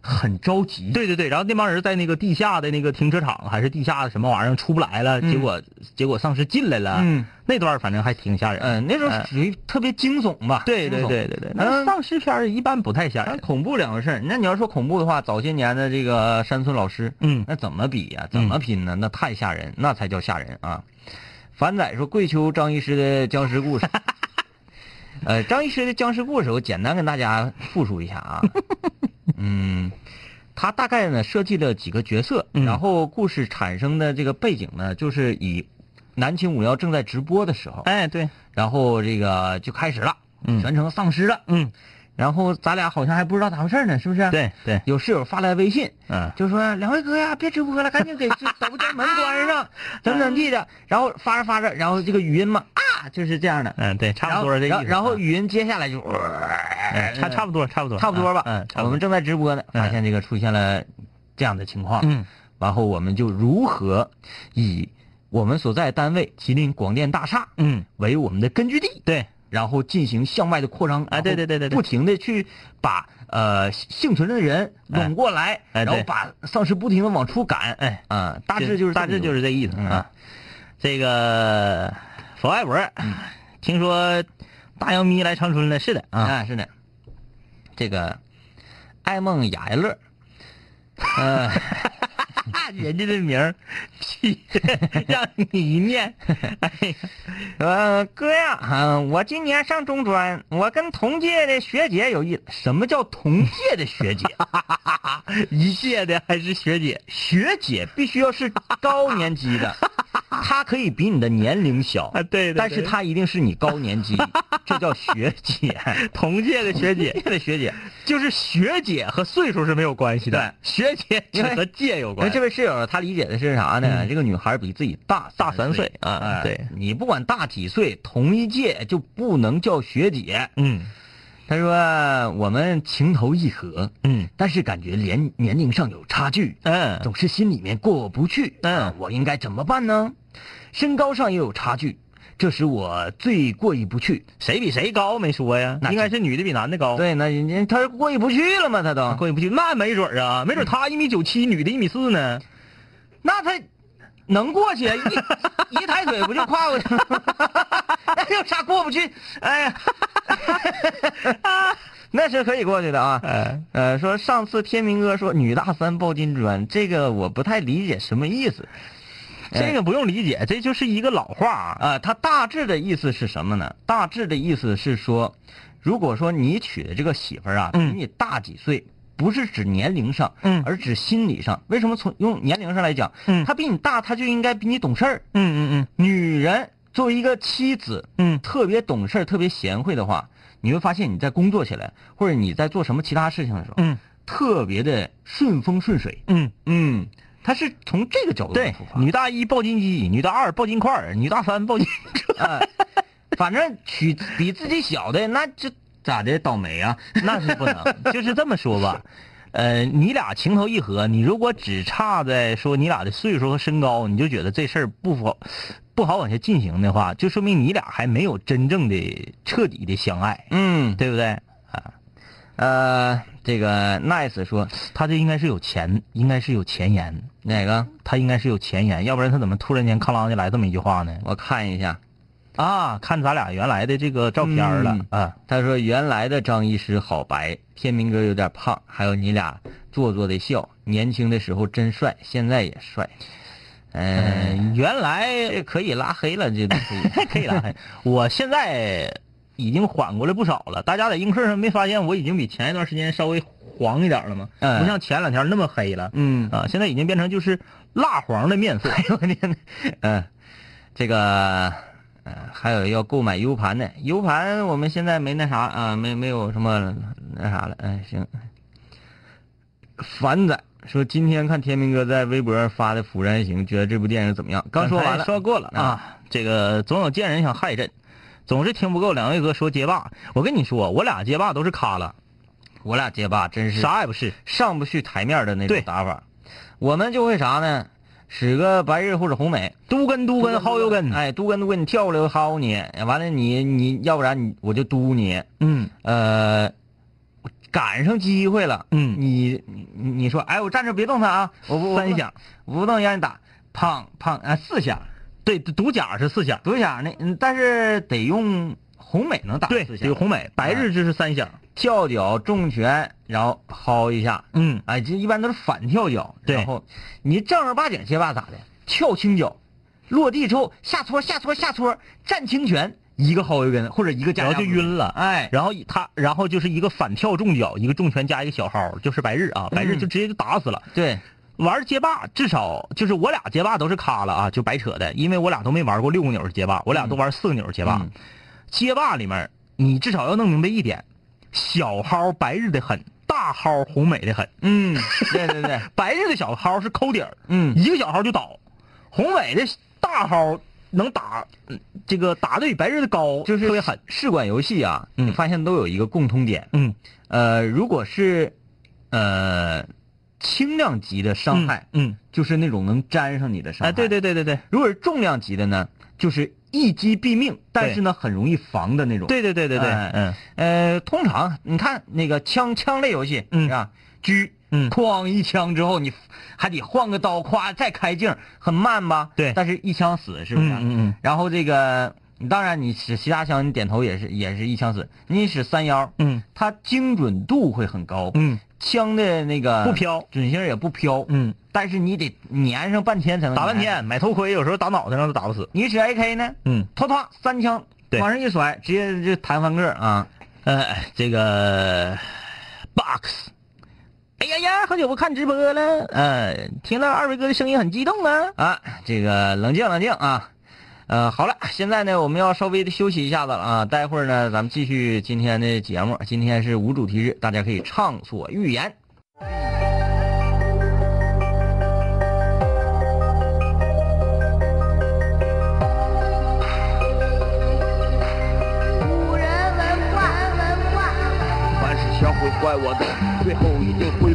Speaker 3: 很着急，
Speaker 4: 对对对，然后那帮人在那个地下的那个停车场还是地下的什么玩意儿出不来了，
Speaker 3: 嗯
Speaker 4: 结果结果丧尸进来了，
Speaker 3: 嗯
Speaker 4: 那段反正还挺吓人。
Speaker 3: 嗯、那种
Speaker 4: 哎
Speaker 3: 属于特别惊悚吧，
Speaker 4: 对对
Speaker 3: 惊悚
Speaker 4: 对对对，那
Speaker 3: 嗯
Speaker 4: 丧尸片一般不太吓
Speaker 3: 咱
Speaker 4: 人。
Speaker 3: 恐怖两回事儿那你要说恐怖的话，早些年的这个山村老师，
Speaker 4: 嗯
Speaker 3: 那怎么比呀、怎么拼呢？那太吓人，那才叫吓人啊！凡仔说跪求张医师的僵尸 故事。呃，张医师的僵尸故事，我简单跟大家复述一下 啊。嗯，他大概呢设计了几个角色，
Speaker 4: 嗯
Speaker 3: 然后故事产生的这个背景呢，就是以南秦五幺正在直播的时候，
Speaker 4: 哎，对，
Speaker 3: 然后这个就开始了，
Speaker 4: 嗯
Speaker 3: 全程丧尸了。
Speaker 4: 嗯，
Speaker 3: 然后咱俩好像还不知道咋回事呢，是不是？，
Speaker 4: 对对，
Speaker 3: 有室友发来微信，
Speaker 4: 嗯
Speaker 3: 就说两位哥呀，别直播了，赶紧给 这导播间门关上，怎么怎么地
Speaker 4: 嗯
Speaker 3: 的。然后发着发着，然后这个语音嘛啊，就是这样的，
Speaker 4: 嗯，对，差不多是这意
Speaker 3: 然
Speaker 4: 思。
Speaker 3: 后然后
Speaker 4: 嗯
Speaker 3: 语音接下来就，
Speaker 4: 哎，差差不多，差不多，
Speaker 3: 差不多吧。
Speaker 4: 嗯，嗯差
Speaker 3: 我
Speaker 4: 不
Speaker 3: 们
Speaker 4: 多。
Speaker 3: 正在直播呢，
Speaker 4: 嗯
Speaker 3: 发现这个出现了这样的情况。
Speaker 4: 嗯，
Speaker 3: 然后我们就如何以我们所在单位吉林广电大厦
Speaker 4: 嗯，
Speaker 3: 为我们的根据地，
Speaker 4: 对，
Speaker 3: 然后进行向外的扩张
Speaker 4: 哎对对对对对
Speaker 3: 不停的去把呃幸存的人拢过来，
Speaker 4: 哎对
Speaker 3: 然后把丧尸不停的往出赶，哎啊、大致就是
Speaker 4: 大致就是是这意思
Speaker 3: 嗯
Speaker 4: 啊。这个冯爱博，
Speaker 3: 嗯
Speaker 4: 听说大杨咪来长春了，是的
Speaker 3: 啊
Speaker 4: 啊，
Speaker 3: 是的，这个爱梦雅雅乐，呃，
Speaker 4: 人家这名儿， 气让你一念，
Speaker 3: 哎呃哥呀、啊，我今年上中专，我跟同届的学姐有一什么叫同届的学 姐？
Speaker 4: 一届的还是学姐，
Speaker 3: 学姐必须要是高年级 的，她可以比你的年龄小
Speaker 4: 啊对对对
Speaker 3: 但是她一定是你高年 级，这叫学 姐，
Speaker 4: 同届的学姐，
Speaker 3: 对学姐。
Speaker 4: 就是学姐和岁数是没有关系的，学姐只
Speaker 3: 因为
Speaker 4: 和届有
Speaker 3: 因为
Speaker 4: 关
Speaker 3: 这。位室友她理解的是啥呢？这个女孩比自己大
Speaker 4: 大
Speaker 3: 三
Speaker 4: 三岁啊
Speaker 3: 哎
Speaker 4: 对
Speaker 3: 你不管大几岁，同一届就不能叫学姐。
Speaker 4: 嗯
Speaker 3: 她说我们情投意合，
Speaker 4: 嗯
Speaker 3: 但是感觉年年龄上有差距，
Speaker 4: 嗯，
Speaker 3: 总是心里面过不去。
Speaker 4: 嗯
Speaker 3: 啊我应该怎么办呢？身高上也有差距，这是我最过意不去。
Speaker 4: 谁比谁高没说呀？
Speaker 3: 那
Speaker 4: 应该是女的比男的高。啊
Speaker 3: 对，那人家他是过意不去了嘛，他都嗯
Speaker 4: 过意不去，那没准儿啊，没准儿他一米九七，女的一米四呢。
Speaker 3: 那他能过去啊，一 一抬腿不就跨过去了吗？ 那有啥过不去？哎呀， 那是可以过去的啊。
Speaker 4: 哎，
Speaker 3: 呃，说上次天明哥说女大三抱金砖，这个我不太理解什么意思。
Speaker 4: 这个不用理解，这就是一个老话啊。
Speaker 3: 啊，他大致的意思是什么呢？大致的意思是说，如果说你娶的这个媳妇儿啊，比
Speaker 4: 嗯
Speaker 3: 你大几岁，不是指年龄上，
Speaker 4: 嗯
Speaker 3: 而指心理上。为什么从用年龄上来讲，
Speaker 4: 嗯
Speaker 3: 他比你大，他就应该比你懂事儿。
Speaker 4: 嗯嗯
Speaker 3: 女人作为一个妻子，
Speaker 4: 嗯
Speaker 3: 特别懂事儿、特别贤惠的话，你会发现你在工作起来，或者你在做什么其他事情的时候，
Speaker 4: 嗯
Speaker 3: 特别的顺风顺水。
Speaker 4: 嗯
Speaker 3: 嗯，他是从这个角度上
Speaker 4: 对
Speaker 3: 出，发。
Speaker 4: 女大一抱金鸡，女大二抱金块儿，女大三抱金 车，
Speaker 3: 啊反正娶比自己小的，那就咋的倒霉啊？
Speaker 4: 那是不能。就是这么说 吧，呃，你俩情投意合，你如果只差在说你俩的岁数和身高，你就觉得这事儿不好不好往下进行的话，就说明你俩还没有真正的彻底的相爱，
Speaker 3: 嗯，
Speaker 4: 对不对？
Speaker 3: 呃，这个 nice 说
Speaker 4: 他这应该是有前，应该是有前言，
Speaker 3: 哪个？
Speaker 4: 他应该是有前言，要不然他怎么突然间哐啷就来这么一句话呢？
Speaker 3: 我看一下，
Speaker 4: 啊，看咱俩原来的这个照片儿了、啊，
Speaker 3: 他说原来的张医师好白，天明哥有点胖，还有你俩做作的笑，年轻的时候真帅，现在也帅。嗯、
Speaker 4: 嗯，原来
Speaker 3: 这可以拉黑了，这都可 以
Speaker 4: 可以了。我现在已经缓过来不少了，大家在映客上没发现我已经比前一段时间稍微黄一点了吗？
Speaker 3: 嗯
Speaker 4: 不像前两天那么黑了。
Speaker 3: 嗯
Speaker 4: 啊，现在已经变成就是蜡黄的面色。哎呦我 天呐！
Speaker 3: 嗯，这个呃，还有要购买 U 盘的，U 盘我们现在没那啥啊、没没有什么那啥了。嗯、行。凡仔说今天看天明哥在微博上发的《釜山行》，觉得这部电影怎么样？刚说完了，
Speaker 4: 说过了
Speaker 3: 啊
Speaker 4: 啊。这个总有见人想害朕，总是听不够两位哥说街霸。我跟你说，我俩街霸都是卡了，
Speaker 3: 我俩结巴真是
Speaker 4: 啥也不是。
Speaker 3: 上不去台面的那种
Speaker 4: 对
Speaker 3: 打法。我们就会啥呢？使个白日或者红美，
Speaker 4: 都跟都跟薅油根，
Speaker 3: 哎，嘟跟嘟跟你跳了又薅你，完了你你要不然你我就嘟你，
Speaker 4: 嗯
Speaker 3: 呃，赶上机会了，
Speaker 4: 嗯
Speaker 3: 你你你说，哎，我站这别动他啊，我不我
Speaker 4: 三
Speaker 3: 不
Speaker 4: 下，
Speaker 3: 我不动让你打，砰砰，啊四下，
Speaker 4: 对，独甲是四下，
Speaker 3: 多下呢，嗯但是得用红美能打
Speaker 4: 对，
Speaker 3: 四下，啊
Speaker 4: 有红美，白日这是三下，
Speaker 3: 跳脚重拳，然后薅一下，
Speaker 4: 嗯，
Speaker 3: 哎，这一般都是反跳脚，
Speaker 4: 对
Speaker 3: 然后你正儿八经街霸咋的？跳轻脚，落地之后下搓下搓下搓，站轻拳，一个薅一根或者一个加，
Speaker 4: 然后就晕了，
Speaker 3: 哎，
Speaker 4: 然后他，然后就是一个反跳重脚，一个重拳加一个小薅，就是白日啊，白日就直接就打死了。
Speaker 3: 对，
Speaker 4: 玩街霸至少就是我俩街霸都是卡了啊，就白扯的，因为我俩都没玩过六个钮的街霸，我俩都玩四个钮的街霸。
Speaker 3: 嗯
Speaker 4: 街霸里面你至少要弄明白一点，小薅白日的很，大薅红美的很。
Speaker 3: 嗯，对对对，
Speaker 4: 白日的小薅是抠底儿，
Speaker 3: 嗯
Speaker 4: 一个小薅就倒；宏伟的大薅能打，嗯这个打的比白日的高，
Speaker 3: 就是
Speaker 4: 特别狠。
Speaker 3: 试管游戏啊，
Speaker 4: 嗯
Speaker 3: 你发现都有一个共通点，
Speaker 4: 嗯，
Speaker 3: 呃，如果是呃轻量级的伤害，
Speaker 4: 嗯，嗯
Speaker 3: 就是那种能粘上你的伤害，
Speaker 4: 哎，对对对对对，
Speaker 3: 如果是重量级的呢，就是一击毙命，但
Speaker 4: 对
Speaker 3: 是呢很容易防的那种。
Speaker 4: 对对对对对，
Speaker 3: 哎
Speaker 4: 嗯
Speaker 3: 呃，通常你看那个枪枪类游戏，
Speaker 4: 嗯
Speaker 3: 是吧？狙，
Speaker 4: 嗯
Speaker 3: 哐一枪之后，你还得换个刀，咵再开镜，很慢吧？
Speaker 4: 对
Speaker 3: 但是一枪死是不是？啊
Speaker 4: 嗯嗯嗯
Speaker 3: 然后这个，你当然你使其他枪，你点头也是也是一枪死，你使三幺，
Speaker 4: 嗯
Speaker 3: 它精准度会很高，
Speaker 4: 嗯，
Speaker 3: 枪的那个
Speaker 4: 不飘
Speaker 3: 准星也不飘，
Speaker 4: 嗯，
Speaker 3: 但是你得粘上半天才能
Speaker 4: 打半
Speaker 3: 粘
Speaker 4: 天，买头盔有时候打脑袋上都打不死。
Speaker 3: 你使 AK 呢，
Speaker 4: 嗯，
Speaker 3: 啪啪三枪
Speaker 4: 对
Speaker 3: 往上一甩，直接就弹翻个儿啊！
Speaker 4: 呃，这个 box。哎呀呀，好久不看直播了，呃，听到二位哥的声音很激动啊。
Speaker 3: 啊，这个冷静冷静啊。呃，好了，现在呢，我们要稍微的休息一下子了啊。待会儿呢，咱们继续今天的节目。今天是无主题日，大家可以畅所欲言。
Speaker 5: 古人文化，文化。
Speaker 6: 凡是想毁坏我的，最后一定会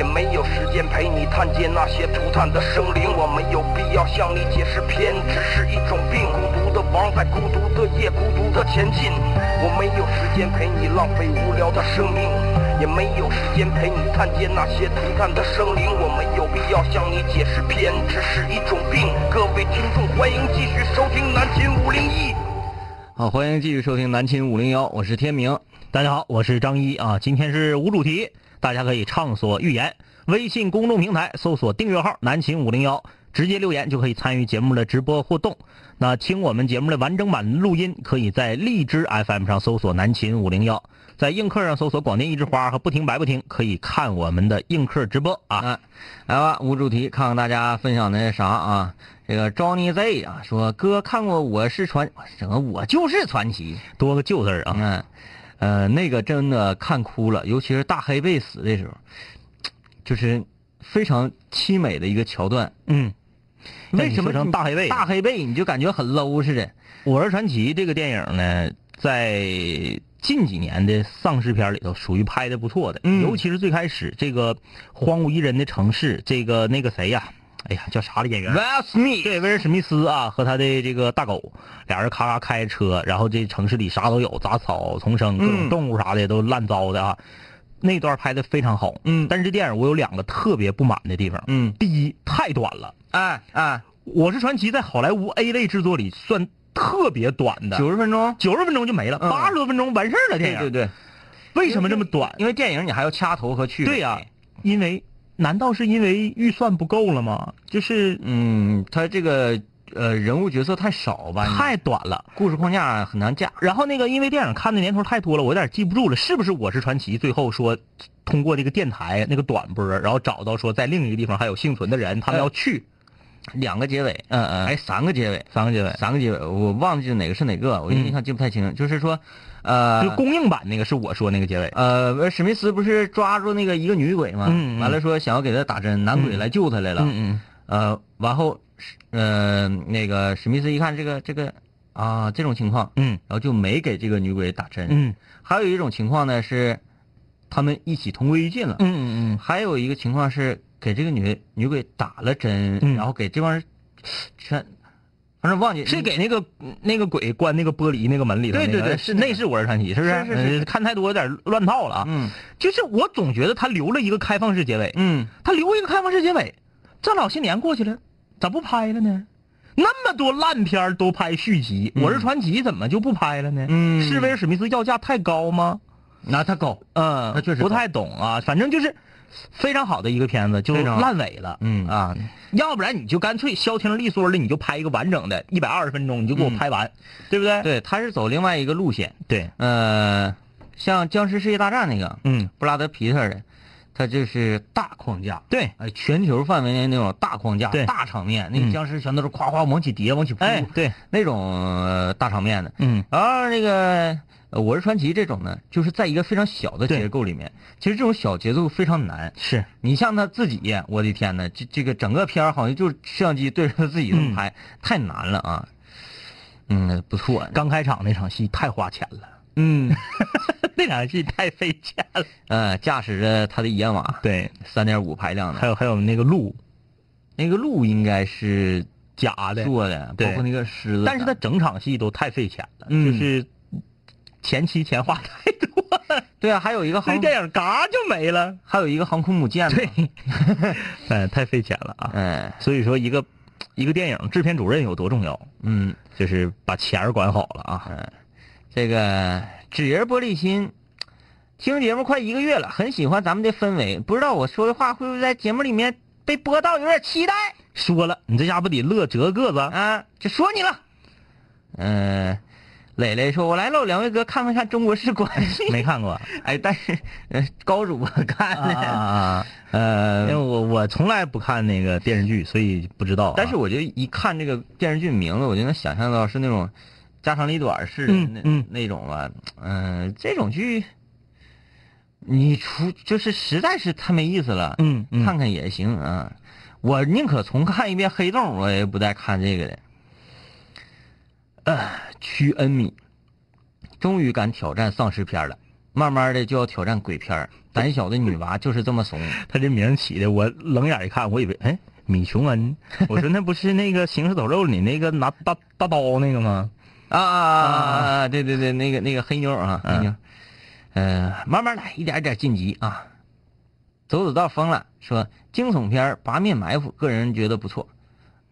Speaker 6: 也没有时间陪你探监那些涂炭的生灵。我没有必要向你解释，偏执是一种病。孤独的王在孤独的夜，孤独的前进。我没有时间陪你浪费无聊的生命，也没有时间陪你探监那些涂炭的生灵。我没有必要向你解释，偏执是一种病。各位听众，欢迎继续收听南秦五零一。
Speaker 4: 好，啊欢迎继续收听南秦五零幺，我是天明。大家好，我是张一啊。今天是无主题，大家可以畅所欲言。微信公众平台搜索订阅号“南秦五零幺”，直接留言就可以参与节目的直播互动。那听我们节目的完整版录音，可以在荔枝 FM 上搜索“南秦五零幺”，在映客上搜索“广电一枝花”和“不听白不听”，可以看我们的映客直播啊。
Speaker 3: 啊，来吧，无主题，看看大家分享的啥啊？这个 Johnny Z 啊，说哥看过《我是传》，整个我就是传奇。
Speaker 4: 多个旧字儿啊，
Speaker 3: 嗯，呃，那个真的看哭了，尤其是大黑贝死的时候，就是非常凄美的一个桥段。
Speaker 4: 嗯，
Speaker 3: 为什
Speaker 4: 那
Speaker 3: 么
Speaker 4: 你说成
Speaker 3: 你
Speaker 4: 大黑贝呢
Speaker 3: 大黑贝你啊就感觉很 low 似的？
Speaker 4: 《我是传奇》这个电影呢，在近几年的丧尸片里头，属于拍的不错的。
Speaker 3: 嗯
Speaker 4: 尤其是最开始这个荒无一人的城市，这个那个谁呀、哎呀，叫啥的演员？
Speaker 3: That's me。
Speaker 4: 对，威尔史密斯啊，和他的这个大狗，俩人咔咔开着车，然后这城市里啥都有，杂草丛生，各种动物啥的都烂糟的啊。那段拍的非常好，
Speaker 3: 嗯
Speaker 4: 但是这电影我有两个特别不满的地方。
Speaker 3: 嗯，
Speaker 4: 第一，太短了，
Speaker 3: 哎哎，
Speaker 4: 《我是传奇》在好莱坞 A 类制作里算特别短的，
Speaker 3: 九十分钟。
Speaker 4: 九十分钟就没了，
Speaker 3: 嗯
Speaker 4: 八十多分钟完事儿了。电
Speaker 3: 对
Speaker 4: 影
Speaker 3: 对对，
Speaker 4: 为什么这么短？
Speaker 3: 因为电影你还要掐头和去尾。
Speaker 4: 对呀、因为难道是因为预算不够了吗？就是
Speaker 3: 嗯，他这个呃人物角色太少吧，
Speaker 4: 太短了。
Speaker 3: 故事框架很难架。
Speaker 4: 然后那个，因为电影看的年头太多了，我有点记不住了，是不是《我是传奇》最后说通过这个电台那个短波，然后找到说在另一个地方还有幸存的人，他们要去，
Speaker 3: 呃两个结尾，
Speaker 4: 嗯嗯
Speaker 3: 哎，三个结尾，
Speaker 4: 三个结尾，嗯
Speaker 3: 三个结尾，我忘记哪个是哪个，我印象记不太清。就是说，呃
Speaker 4: 就，公映版那个是我说那个结尾，
Speaker 3: 呃，史密斯不是抓住那个一个女鬼嘛，
Speaker 4: 嗯嗯
Speaker 3: 完了说想要给她打针，男鬼来救她来了，
Speaker 4: 嗯
Speaker 3: 呃，完后，呃，那个史密斯一看这个这个啊这种情况，
Speaker 4: 嗯
Speaker 3: 然后就没给这个女鬼打针。
Speaker 4: 嗯
Speaker 3: 还有一种情况呢是，他们一起同归于尽了。
Speaker 4: 嗯嗯
Speaker 3: 还有一个情况是给这个女女鬼打了针，
Speaker 4: 嗯
Speaker 3: 然后给这帮人呃全，反正忘记
Speaker 4: 嗯，是给那个那个鬼关那个玻璃那个门里头那
Speaker 3: 对
Speaker 4: 个，
Speaker 3: 对对
Speaker 4: 是
Speaker 3: 是
Speaker 4: 那
Speaker 3: 那个
Speaker 4: 是《我是传奇》，是不
Speaker 3: 是是是
Speaker 4: 呃看太多有点乱套了啊。
Speaker 3: 嗯
Speaker 4: 就是我总觉得他留了一个开放式结尾，
Speaker 3: 嗯，
Speaker 4: 他留一个开放式结尾，这老些年过去了，咋不拍了呢？那么多烂片儿都拍续集，
Speaker 3: 嗯
Speaker 4: 我是传奇》怎么就不拍了呢？
Speaker 3: 嗯
Speaker 4: 是威尔史密斯要价太高吗？
Speaker 3: 拿他搞，
Speaker 4: 嗯，
Speaker 3: 他确实
Speaker 4: 不
Speaker 3: 高
Speaker 4: 太懂啊，反正就是非常好的一个片子，就
Speaker 3: 非常好
Speaker 4: 烂尾了。
Speaker 3: 嗯
Speaker 4: 啊，要不然你就干脆消停利索的，你就拍一个完整的，一百二十分钟，你就给我拍完，对不对？
Speaker 3: 嗯对，他是走另外一个路线，
Speaker 4: 对，
Speaker 3: 呃，像《僵尸世界大战》那个
Speaker 4: 嗯，
Speaker 3: 布拉德皮特的，他就是大框架，
Speaker 4: 对，
Speaker 3: 哎，全球范围内那种大框架
Speaker 4: 对、
Speaker 3: 大场面，那个
Speaker 4: 嗯
Speaker 3: 僵尸全都是夸夸往起叠、往起扑，
Speaker 4: 哎，对，
Speaker 3: 那种呃大场面的。
Speaker 4: 嗯
Speaker 3: 然后那个呃《我是传奇》这种呢，就是在一个非常小的
Speaker 4: 对
Speaker 3: 结构里面，其实这种小节奏非常难。
Speaker 4: 是，
Speaker 3: 你像他自己，我的天呐，这这个整个片儿好像就是摄像机对着他自己这么拍，太难了啊。嗯，不错，
Speaker 4: 刚开场那场戏太花钱了，
Speaker 3: 嗯，
Speaker 4: 那场戏太费钱了。
Speaker 3: 呃，驾驶着他的野马，
Speaker 4: 对，
Speaker 3: 三点五排量
Speaker 4: 还
Speaker 3: 的，
Speaker 4: 有还有那个鹿
Speaker 3: 那个鹿应该是
Speaker 4: 假的，
Speaker 3: 做的，
Speaker 4: 对
Speaker 3: 包括那个狮子，
Speaker 4: 但是他整场戏都太费钱了，
Speaker 3: 嗯
Speaker 4: 就是前期钱花太多了，
Speaker 3: 对啊，还有一个
Speaker 4: 这
Speaker 3: 航，
Speaker 4: 电影嘎就没了。
Speaker 3: 还有一个航空母舰，
Speaker 4: 对， 哎，太费钱了啊。
Speaker 3: 哎，
Speaker 4: 所以说，一个一个电影制片主任有多重要，
Speaker 3: 嗯，
Speaker 4: 就是把钱儿管好了啊。
Speaker 3: 这个纸人玻璃心，听节目快一个月了，很喜欢咱们的氛围。不知道我说的话会不会在节目里面被播到，有点期待
Speaker 4: 说了，你这家不得乐折个子？
Speaker 3: 啊！就说你了。嗯、磊磊说：“我来喽，两位哥，看没看《中国式关系》？
Speaker 4: 没看过
Speaker 3: 哎，但是、呃、高主播看
Speaker 4: 啊啊
Speaker 3: 的，
Speaker 4: 啊！因为
Speaker 3: 呃，
Speaker 4: 我我从来不看那个电视剧，所以不知道啊。
Speaker 3: 但是我觉得一看这个电视剧名字，我就能想象到是那种，家长里短似的
Speaker 4: 嗯
Speaker 3: 那、
Speaker 4: 嗯
Speaker 3: 那种吧，嗯、这种剧，你除就是实在是太没意思了，
Speaker 4: 嗯嗯
Speaker 3: 看看也行啊。我宁可重看一遍《黑洞》，我也不带看这个的。呃，屈恩米终于敢挑战丧尸片了，慢慢的就要挑战鬼片儿胆小的女娃就是这么怂。
Speaker 4: 他这名起的，我冷眼一看，我以为哎米琼 恩，我说那不是那个《行尸走肉》里那个拿大大刀那个吗？
Speaker 3: 啊啊啊！对对对，那个那个黑妞啊，黑妞，呃，慢慢来，一点点晋级啊。走走道疯了，说惊悚片儿《八面埋伏》，个人觉得不错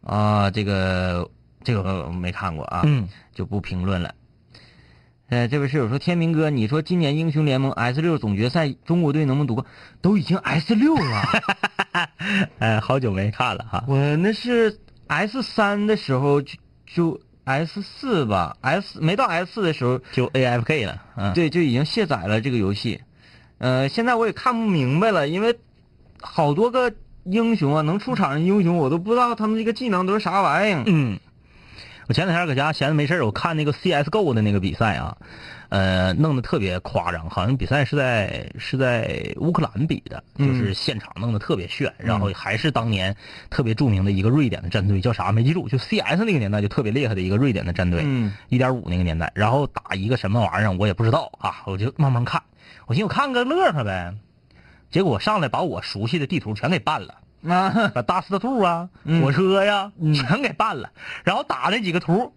Speaker 3: 啊。这个这个我没看过啊，
Speaker 4: 嗯
Speaker 3: 就不评论了。呃，这位室友说：“天明哥，你说今年英雄联盟 S 六总决赛中国队能不能夺冠？都已经 S 六了，
Speaker 4: 哎，好久没看了哈。
Speaker 3: 我那是 S 三的时候就就 S 四吧，S 没到 S 四的时候
Speaker 4: 就 AFK 了，嗯，
Speaker 3: 对，就已经卸载了这个游戏。呃，现在我也看不明白了，因为好多个英雄啊，能出场的英雄，我都不知道他们这个技能都是啥玩意儿。
Speaker 4: 嗯，我前两天搁家闲着没事儿我看那个 CSGO 的那个比赛啊，呃，弄得特别夸张，好像比赛是在是在乌克兰比的，就是现场弄得特别炫，然后还是当年特别著名的一个瑞典的战队，叫啥没记住，就 CS 那个年代就特别厉害的一个瑞典的战队，
Speaker 3: 嗯
Speaker 4: 一点五那个年代，然后打一个什么玩意儿我也不知道啊，我就慢慢看，我寻思我看个乐呵呗，结果上来把我熟悉的地图全给办了。
Speaker 3: 啊，
Speaker 4: 把大四兔啊、
Speaker 3: 嗯
Speaker 4: 火车呀、全给办了，然后打那几个图，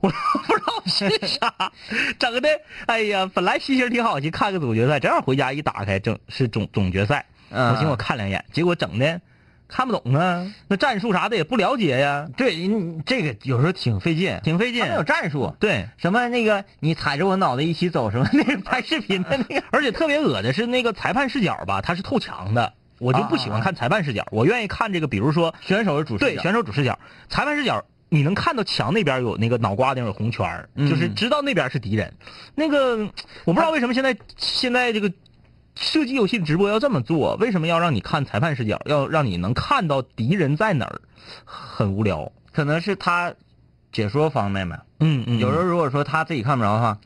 Speaker 4: 我都不知道是啥，整的，哎呀，本来心情挺好，去看个总决赛，正好回家一打开，正是总总决赛，
Speaker 3: 啊
Speaker 4: 我寻思我看两眼，结果整的看不懂啊，那战术啥的也不了解呀，
Speaker 3: 对，你这个有时候挺费劲，
Speaker 4: 挺费劲
Speaker 3: 他们。有战术，
Speaker 4: 对，
Speaker 3: 什么那个你踩着我脑袋一起走，什么那个拍视频的那个。
Speaker 4: 而且特别恶的是那个裁判视角吧，它是透墙的，我就不喜
Speaker 3: 啊
Speaker 4: 欢看裁判视角，我愿意看这个，比如说
Speaker 3: 选手是主视
Speaker 4: 对，
Speaker 3: 角
Speaker 4: 选手主视角，裁判视角，你能看到墙那边有那个脑瓜顶有红圈儿、
Speaker 3: 嗯
Speaker 4: 就是知道那边是敌人。那个我不知道为什么现在现在这个射击游戏直播要这么做，为什么要让你看裁判视角，要让你能看到敌人在哪儿，很无聊。
Speaker 3: 可能是他解说方面吧。
Speaker 4: 嗯嗯
Speaker 3: 有
Speaker 4: 有
Speaker 3: 时
Speaker 4: 人
Speaker 3: 候如果说他自己看不着的话，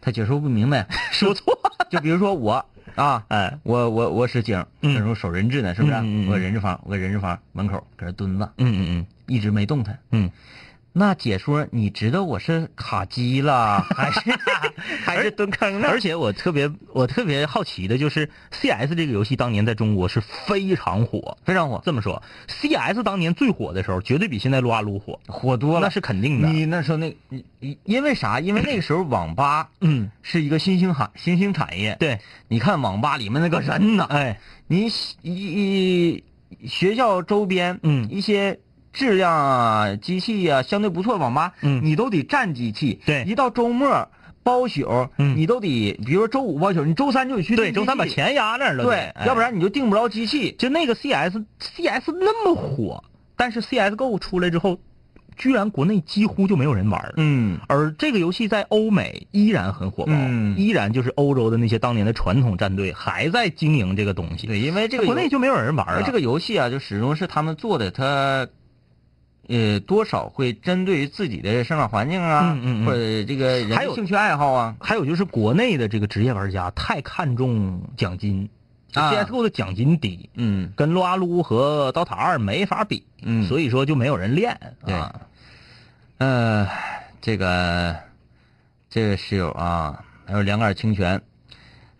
Speaker 3: 他解说不明白，
Speaker 4: 说错，
Speaker 3: 就比如说我啊，
Speaker 4: 哎，
Speaker 3: 我我我使警，
Speaker 4: 嗯
Speaker 3: 那时候守人质呢，是不是？啊
Speaker 4: 嗯嗯嗯
Speaker 3: 我人质房，我人质房门口搁这蹲着，
Speaker 4: 嗯嗯嗯，
Speaker 3: 一直没动弹。
Speaker 4: 嗯，
Speaker 3: 那解说，你知道我是卡机了，还是 还是蹲坑呢？
Speaker 4: 而且我特别我特别好奇的就是 CS 这个游戏当年在中国是非常火。
Speaker 3: 非常火，
Speaker 4: 这么说，CS 当年最火的时候，绝对比现在撸啊撸火，
Speaker 3: 火多了
Speaker 4: 那。是肯定的。
Speaker 3: 你那时候那，你你因为啥？因为那个时候网吧
Speaker 4: 嗯，
Speaker 3: 是一个新兴产新兴产业。，
Speaker 4: 对，
Speaker 3: 你看网吧里面那个人呐，
Speaker 4: 哎，
Speaker 3: 你一一学校周边，
Speaker 4: 嗯
Speaker 3: 一些质量啊、机器啊相对不错的网吧，
Speaker 4: 嗯
Speaker 3: 你都得占机器。
Speaker 4: 对
Speaker 3: 一到周末包宿，
Speaker 4: 嗯
Speaker 3: 你都得，比如说周五包宿，你周三就得去
Speaker 4: 对，
Speaker 3: 订机
Speaker 4: 周
Speaker 3: 器
Speaker 4: 三把钱压那儿了，
Speaker 3: 对，
Speaker 4: 哎
Speaker 3: 要不然你就订不着机器。
Speaker 4: 就那个 CS CS 那么火，但是 CSGO 出来之后，居然国内几乎就没有人玩儿。
Speaker 3: 嗯
Speaker 4: 而这个游戏在欧美依然很火爆，
Speaker 3: 嗯
Speaker 4: 依然就是欧洲的那些当年的传统战队还在经营这个东西。
Speaker 3: 对，因为这个
Speaker 4: 国内
Speaker 3: 游
Speaker 4: 就没有人玩儿
Speaker 3: 而
Speaker 4: 了。
Speaker 3: 这个游戏啊，就始终是他们做的，它。呃，多少会针对于自己的生长环境啊，
Speaker 4: 嗯嗯嗯
Speaker 3: 或者这个人
Speaker 4: 还
Speaker 3: 的
Speaker 4: 有
Speaker 3: 兴趣爱好啊，
Speaker 4: 还有就是国内的这个职业玩家太看重奖金、
Speaker 3: 啊
Speaker 4: c s g o 的奖金低，
Speaker 3: 嗯，
Speaker 4: 跟撸啊撸和 DOTA 二没法比，
Speaker 3: 嗯
Speaker 4: 所以说就没有人练
Speaker 3: 对
Speaker 4: 啊。
Speaker 3: 呃，这个这个室友啊，还有两杆清泉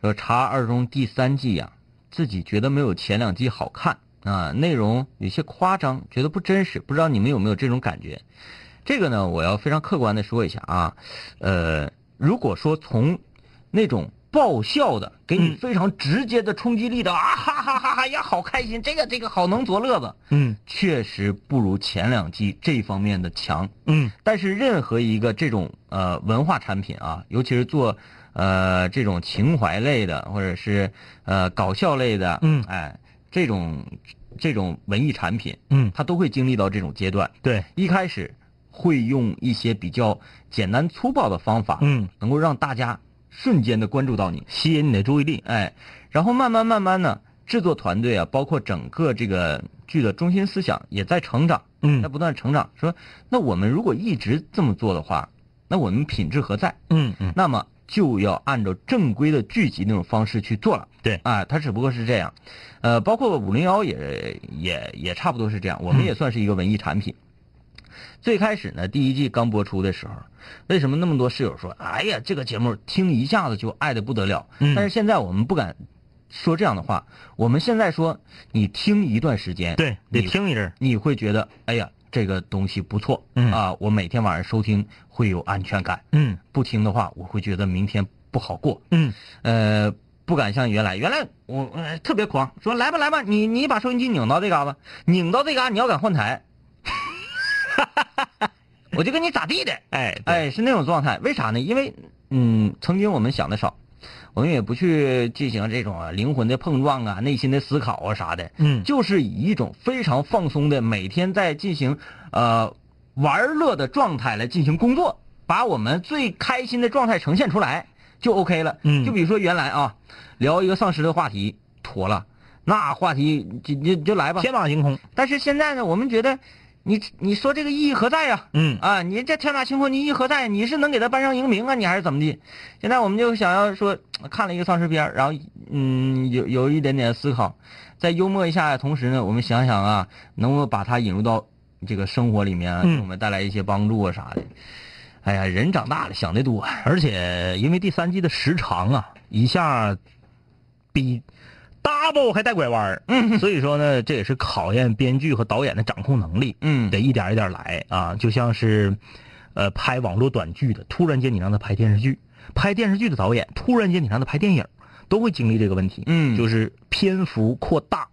Speaker 3: 说，《查二中》第三季呀、自己觉得没有前两季好看啊，内容有些夸张，觉得不真实，不知道你们有没有这种感觉？这个呢，我要非常客观的说一下啊，呃，如果说从那种爆笑的，给你
Speaker 4: 嗯
Speaker 3: 非常直接的冲击力的、啊哈哈哈哈呀，好开心，这个这个好能作乐子，
Speaker 4: 嗯
Speaker 3: 确实不如前两季这方面的强。
Speaker 4: 嗯
Speaker 3: 但是任何一个这种呃文化产品啊，尤其是做呃这种情怀类的，或者是呃搞笑类的，
Speaker 4: 嗯
Speaker 3: 哎，这种这种文艺产品，
Speaker 4: 嗯，
Speaker 3: 它都会经历到这种阶段。
Speaker 4: 对，
Speaker 3: 一开始会用一些比较简单粗暴的方法，
Speaker 4: 嗯，
Speaker 3: 能够让大家瞬间的关注到你，
Speaker 4: 吸引你的注意力。
Speaker 3: 哎，然后慢慢慢慢呢，制作团队啊，包括整个这个剧的中心思想也在成长，
Speaker 4: 嗯
Speaker 3: 在不断成长。说，那我们如果一直这么做的话，那我们品质何在？
Speaker 4: 嗯嗯，
Speaker 3: 那么就要按照正规的聚集那种方式去做了。
Speaker 4: 对
Speaker 3: 啊，它只不过是这样，呃，包括五零幺也也也差不多是这样，我
Speaker 4: 嗯
Speaker 3: 们也算是一个文艺产品。最开始呢，第一季刚播出的时候，为什么那么多室友说，哎呀，这个节目听一下子就爱的不得了？
Speaker 4: 嗯
Speaker 3: 但是现在我们不敢说这样的话，我们现在说，你听一段时间，
Speaker 4: 对，得
Speaker 3: 你
Speaker 4: 听一阵儿。
Speaker 3: 你会觉得，哎呀，这个东西不错，
Speaker 4: 嗯
Speaker 3: 啊，我每天晚上收听会有安全感，
Speaker 4: 嗯
Speaker 3: 不听的话，我会觉得明天不好过，
Speaker 4: 嗯
Speaker 3: 呃，不敢像原来，原来我、呃特别狂，说来吧来吧，你你把收音机拧到这嘎达，拧到这嘎，你要敢换台， 我就跟你咋地的，
Speaker 4: 哎对
Speaker 3: 哎，是那种状态，为啥呢？因为嗯，曾经我们想的少。我们也不去进行这种啊灵魂的碰撞啊、内心的思考啊啥的，
Speaker 4: 嗯
Speaker 3: 就是以一种非常放松的，每天在进行呃玩乐的状态来进行工作，把我们最开心的状态呈现出来就 OK 了。
Speaker 4: 嗯
Speaker 3: 就比如说原来啊，聊一个丧尸的话题妥了，那话题就就就来吧。
Speaker 4: 天马行空。
Speaker 3: 但是现在呢，我们觉得你你说这个意义何在呀、
Speaker 4: 嗯
Speaker 3: 啊，你这天马行空，你意义何在？你是能给他搬上荧屏啊，你还是怎么的？现在我们就想要说，看了一个丧尸片儿，然后嗯，有有一点点思考，在幽默一下的同时呢，我们想想啊，能不能把它引入到这个生活里面啊，
Speaker 4: 嗯
Speaker 3: 给我们带来一些帮助啊啥的。哎呀，人长大了想得多，
Speaker 4: 而且因为第三季的时长啊，一下比 double 还带拐弯儿，
Speaker 3: 嗯
Speaker 4: 所以说呢，这也是考验编剧和导演的掌控能力，
Speaker 3: 嗯
Speaker 4: 得一点一点来啊，就像是呃拍网络短剧的，突然间你让他拍电视剧，拍电视剧的导演突然间你让他拍电影，都会经历这个问题，
Speaker 3: 嗯
Speaker 4: 就是篇幅扩大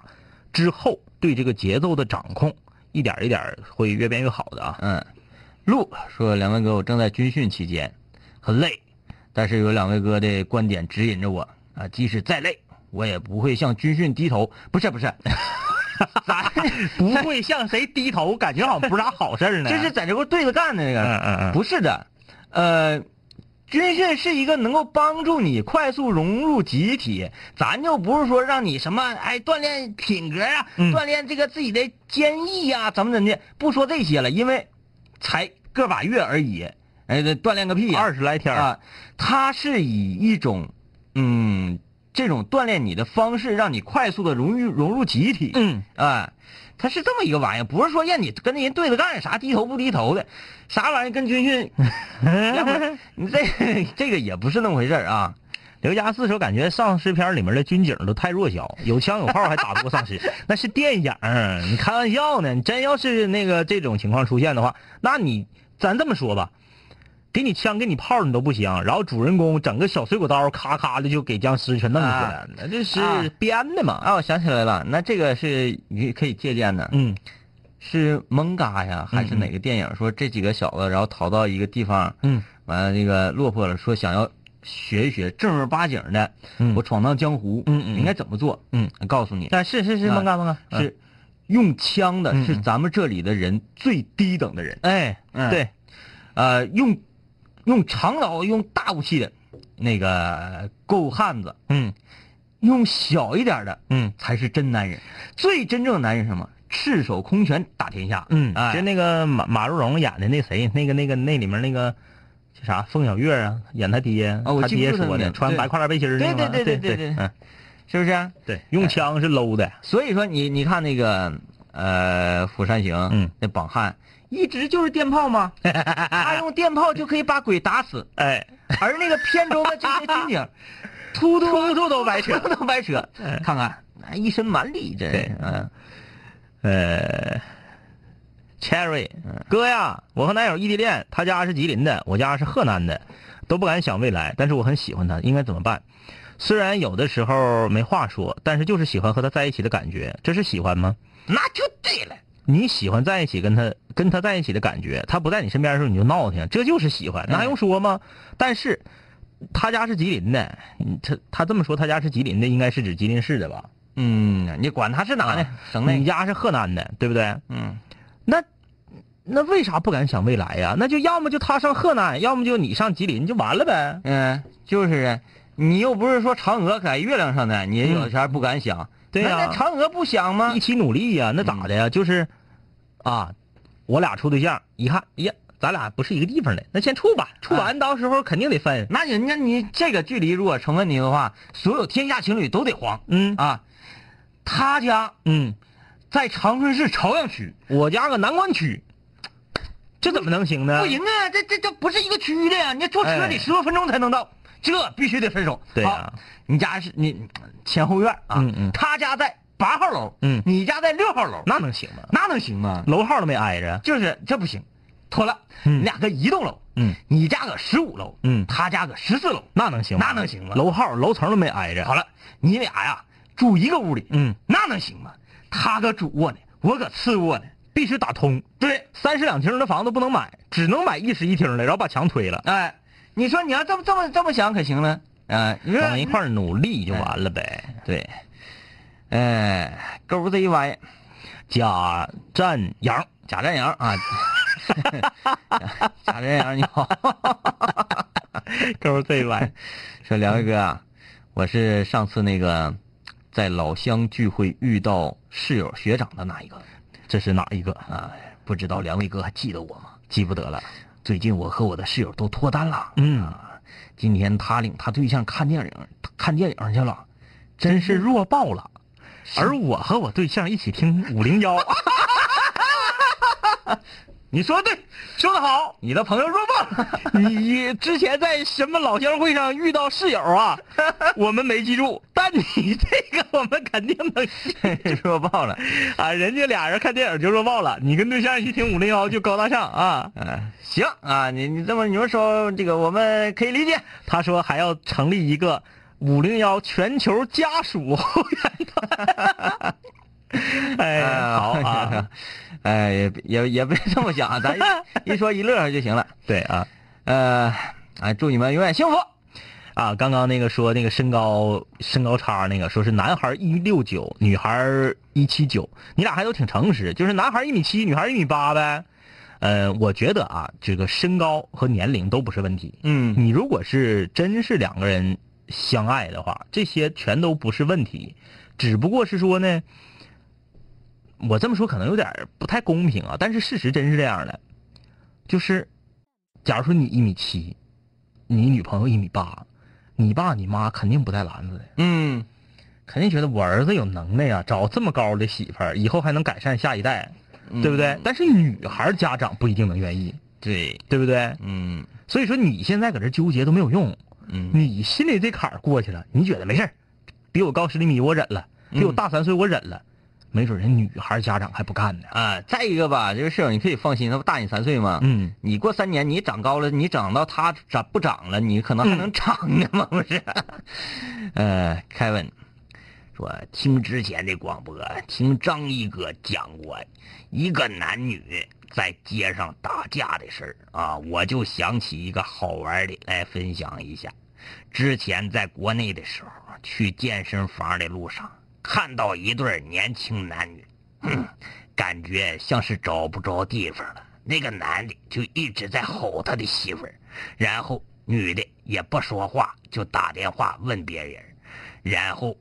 Speaker 4: 之后对这个节奏的掌控，一点一点会越变越好的啊，
Speaker 3: 嗯，陆说：“两位哥，我正在军训期间，很累，但是有两位哥的观点指引着我啊，即使再累，我也不会向军训低头。不是不 是，咱
Speaker 4: 不会向谁低头，感觉好像不是啥好事儿呢，
Speaker 3: 这是在这块对着干的那
Speaker 4: 嗯
Speaker 3: 个，
Speaker 4: 嗯嗯。
Speaker 3: 不是的，呃。”军训是一个能够帮助你快速融入集体，咱就不是说让你什么哎锻炼品格啊，
Speaker 4: 嗯
Speaker 3: 锻炼这个自己的坚毅啊，怎么怎么的，不说这些了，因为才个把月而已，哎，这锻炼个屁呀、
Speaker 4: 二十来天儿
Speaker 3: 啊，它是以一种嗯这种锻炼你的方式，让你快速的融入融入集体。
Speaker 4: 嗯
Speaker 3: 啊，它是这么一个玩意儿，不是说让你跟那人对着干啥低头不低头的，啥玩意儿跟军训，要不然你这这个也不是那么回事儿啊。
Speaker 4: 刘家四说，感觉丧尸片里面的军警都太弱小，有枪有炮还打不过丧尸，那是电影儿，你开玩笑呢？你真要是那个这种情况出现的话，那你咱这么说吧，给你枪给你炮你都不行，然后主人公整个小水果刀咔咔的就给僵尸全弄死了
Speaker 3: 啊，
Speaker 4: 那这是
Speaker 3: 啊
Speaker 4: 编的嘛？
Speaker 3: 啊，我想起来了，那这个是你可以借鉴的，
Speaker 4: 嗯
Speaker 3: 是蒙嘎呀，还是
Speaker 4: 嗯嗯
Speaker 3: 哪个电影说这几个小子然后逃到一个地方，
Speaker 4: 嗯
Speaker 3: 完了那个落魄了，说想要学一学正儿八经的，
Speaker 4: 嗯
Speaker 3: 我闯荡江湖，
Speaker 4: 嗯嗯嗯
Speaker 3: 应该怎么做？
Speaker 4: 嗯，
Speaker 3: 告诉你，
Speaker 4: 啊是是是
Speaker 3: 啊
Speaker 4: 蒙嘎蒙嘎
Speaker 3: 是用枪的
Speaker 4: 嗯嗯
Speaker 3: 是咱们这里的人最低等的人，
Speaker 4: 哎
Speaker 3: 嗯
Speaker 4: 对，
Speaker 3: 呃，用用长刀、用大武器的那个够汉子，
Speaker 4: 嗯
Speaker 3: 用小一点的
Speaker 4: 嗯
Speaker 3: 才是真男人，最真正的男人是什么？赤手空拳打天下，
Speaker 4: 嗯，
Speaker 3: 哎
Speaker 4: 就那个马马如龙演的那谁，那个那个那里面那个叫啥凤小岳啊，演他爹，
Speaker 3: 啊我
Speaker 4: 他
Speaker 3: 记不
Speaker 4: 爹
Speaker 3: 住他
Speaker 4: 说
Speaker 3: 名
Speaker 4: 的，
Speaker 3: 字
Speaker 4: 穿
Speaker 3: 对
Speaker 4: 白跨栏背心儿那
Speaker 3: 对
Speaker 4: 个嘛，
Speaker 3: 对
Speaker 4: 对
Speaker 3: 对对对对
Speaker 4: 嗯，
Speaker 3: 是不是啊？
Speaker 4: 对，用枪是搂的，
Speaker 3: 所以说你你看那个呃《釜山行》
Speaker 4: 嗯
Speaker 3: 那绑汉一直就是电 炮嘛，他用电炮就可以把鬼打死，
Speaker 4: 哎，
Speaker 3: 而那个片中的这些军警，秃秃秃秃都白 扯，秃都白扯，看看哎一身蛮力，真
Speaker 4: 对
Speaker 3: 是嗯
Speaker 4: 呃，Cherry 嗯哥呀，我和男友异地恋，他家是吉林的，我家是河南的，都不敢想未来，但是我很喜欢他，应该怎么办？虽然有的时候没话说，但是就是喜欢和他在一起的感觉，这是喜欢吗？
Speaker 3: 那就对了。
Speaker 4: 你喜欢在一起跟他跟他在一起的感觉，他不在你身边的时候你就闹腾，这就是喜
Speaker 3: 嗯
Speaker 4: 欢，那还用说吗？但是他家是吉林的，嗯他他这么说，他家是吉林的，应该是指吉林市的吧？
Speaker 3: 嗯，你管他是哪的
Speaker 4: 啊，
Speaker 3: 省内
Speaker 4: 你家是河南的，对不对？
Speaker 3: 嗯，
Speaker 4: 那那为啥不敢想未来呀？那就要么就他上河南，要么就你上吉林，就完了呗。
Speaker 3: 嗯，就是啊，你又不是说嫦娥在月亮上呢，你也有钱不敢想，
Speaker 4: 嗯对呀
Speaker 3: 那那嫦娥不想吗嗯
Speaker 4: 一？起努力呀、那咋的呀？就是啊，我俩处对象，一看，哎呀，咱俩不是一个地方的，那先处吧，处完到时候肯定得分。
Speaker 3: 啊那人家你这个距离如果成问题的话，所有天下情侣都得黄。
Speaker 4: 嗯
Speaker 3: 啊，他家
Speaker 4: 嗯，
Speaker 3: 在长春市朝阳区，
Speaker 4: 我家搁南关区，这怎么能行呢？
Speaker 3: 不行啊，这这这不是一个区的呀，你坐车
Speaker 4: 哎
Speaker 3: 得十多分钟才能到，这必须得分手。
Speaker 4: 对呀
Speaker 3: 好你家是你前后院啊，
Speaker 4: 嗯嗯
Speaker 3: 他家在八号楼，
Speaker 4: 嗯
Speaker 3: 你家在六号楼，
Speaker 4: 那能行吗？
Speaker 3: 那能行吗？
Speaker 4: 楼号都没挨着。
Speaker 3: 就是这不行，妥了，
Speaker 4: 嗯
Speaker 3: 你俩搁一栋楼，
Speaker 4: 嗯，
Speaker 3: 你家搁十五楼，
Speaker 4: 嗯
Speaker 3: 他家搁十四楼，
Speaker 4: 那能行吗？
Speaker 3: 那能行吗
Speaker 4: 楼号、楼层都没挨着。
Speaker 3: 好了，你俩呀住一个屋里，
Speaker 4: 嗯，
Speaker 3: 那能行吗？他搁主卧呢，我搁次卧呢，
Speaker 4: 必须打通。
Speaker 3: 对，
Speaker 4: 三室两厅的房子不能买，只能买一室一厅的，然后把墙推了。
Speaker 3: 哎，你说你要这么这么这么想可行呢？啊，你说
Speaker 4: 咱们一块儿努力就完了呗。
Speaker 3: 对，哎，钩子一歪，
Speaker 4: 贾占阳，
Speaker 3: 贾 占阳啊， 贾占阳你好，
Speaker 4: 勾这歪。
Speaker 3: 说梁伟哥啊，我是上次那个在老乡聚会遇到室友学长的那一个，
Speaker 4: 这是哪一个？
Speaker 3: 啊，不知道梁伟哥还记得我吗？记不得了，最近我和我的室友都脱单了。
Speaker 4: 嗯
Speaker 3: 啊，今天他领他对象看电影，看电影去了，
Speaker 4: 真是弱爆了。而我和我对象一起听五零幺，
Speaker 3: 你说对，说得好，你的朋友弱爆。
Speaker 4: 你之前在什么老乡会上遇到室友啊？我们没记住，但你这个我们肯定能记
Speaker 3: 弱爆了，
Speaker 4: 啊！人家俩人看电影就弱爆了，你跟对象一起听五零幺就高大上啊！
Speaker 3: 嗯，行啊，你你这么你们说这个我们可以理解，
Speaker 4: 他说还要成立一个五零幺全球家属后援团。哎，好 啊，，
Speaker 3: 哎也也也别这么想啊， 咱一一说一乐就行了，
Speaker 4: 对啊
Speaker 3: 呃，哎，祝你们永远幸福，
Speaker 4: 啊！刚刚那个说那个身高身高差那个，说是男孩一六九，女孩一七九，你俩还都挺诚实，就是男孩一米七，女孩一米八呗。呃，我觉得啊，这个身高和年龄都不是问题。
Speaker 3: 嗯
Speaker 4: 你如果是真是两个人相爱的话，这些全都不是问题，只不过是说呢，我这么说可能有点儿不太公平啊，但是事实真是这样的，就是，假如说你一米七，你女朋友一米八，你爸你妈肯定不带拦着的，
Speaker 3: 嗯，
Speaker 4: 肯定觉得我儿子有能耐啊，找这么高的媳妇儿，以后还能改善下一代，
Speaker 3: 嗯
Speaker 4: 对不对？但是女孩儿家长不一定能愿意，
Speaker 3: 对，
Speaker 4: 对不对？
Speaker 3: 嗯
Speaker 4: 所以说你现在搁这纠结都没有用，
Speaker 3: 嗯
Speaker 4: 你心里这坎儿过去了，你觉得没事儿比我高十厘米我忍了，比我
Speaker 3: 嗯
Speaker 4: 大三岁我忍了，没准人女孩家长还不干呢。
Speaker 3: 啊，再一个吧，这个室友你可以放心，他不大你三岁吗？
Speaker 4: 嗯，
Speaker 3: 你过三年，你长高了，你长到他长不长了，你可能
Speaker 4: 嗯
Speaker 3: 还能长呢嘛，不是？ 呃，凯文说，听之前的广播，听张一哥讲过一个男女在街上打架的事儿啊，我就想起一个好玩的来分享一下。之前在国内的时候，去健身房的路上看到一对儿年轻男女，哼，感觉像是找不着地方了。那个男的就一直在吼他的媳妇儿，然后女的也不说话，就打电话问别人，然后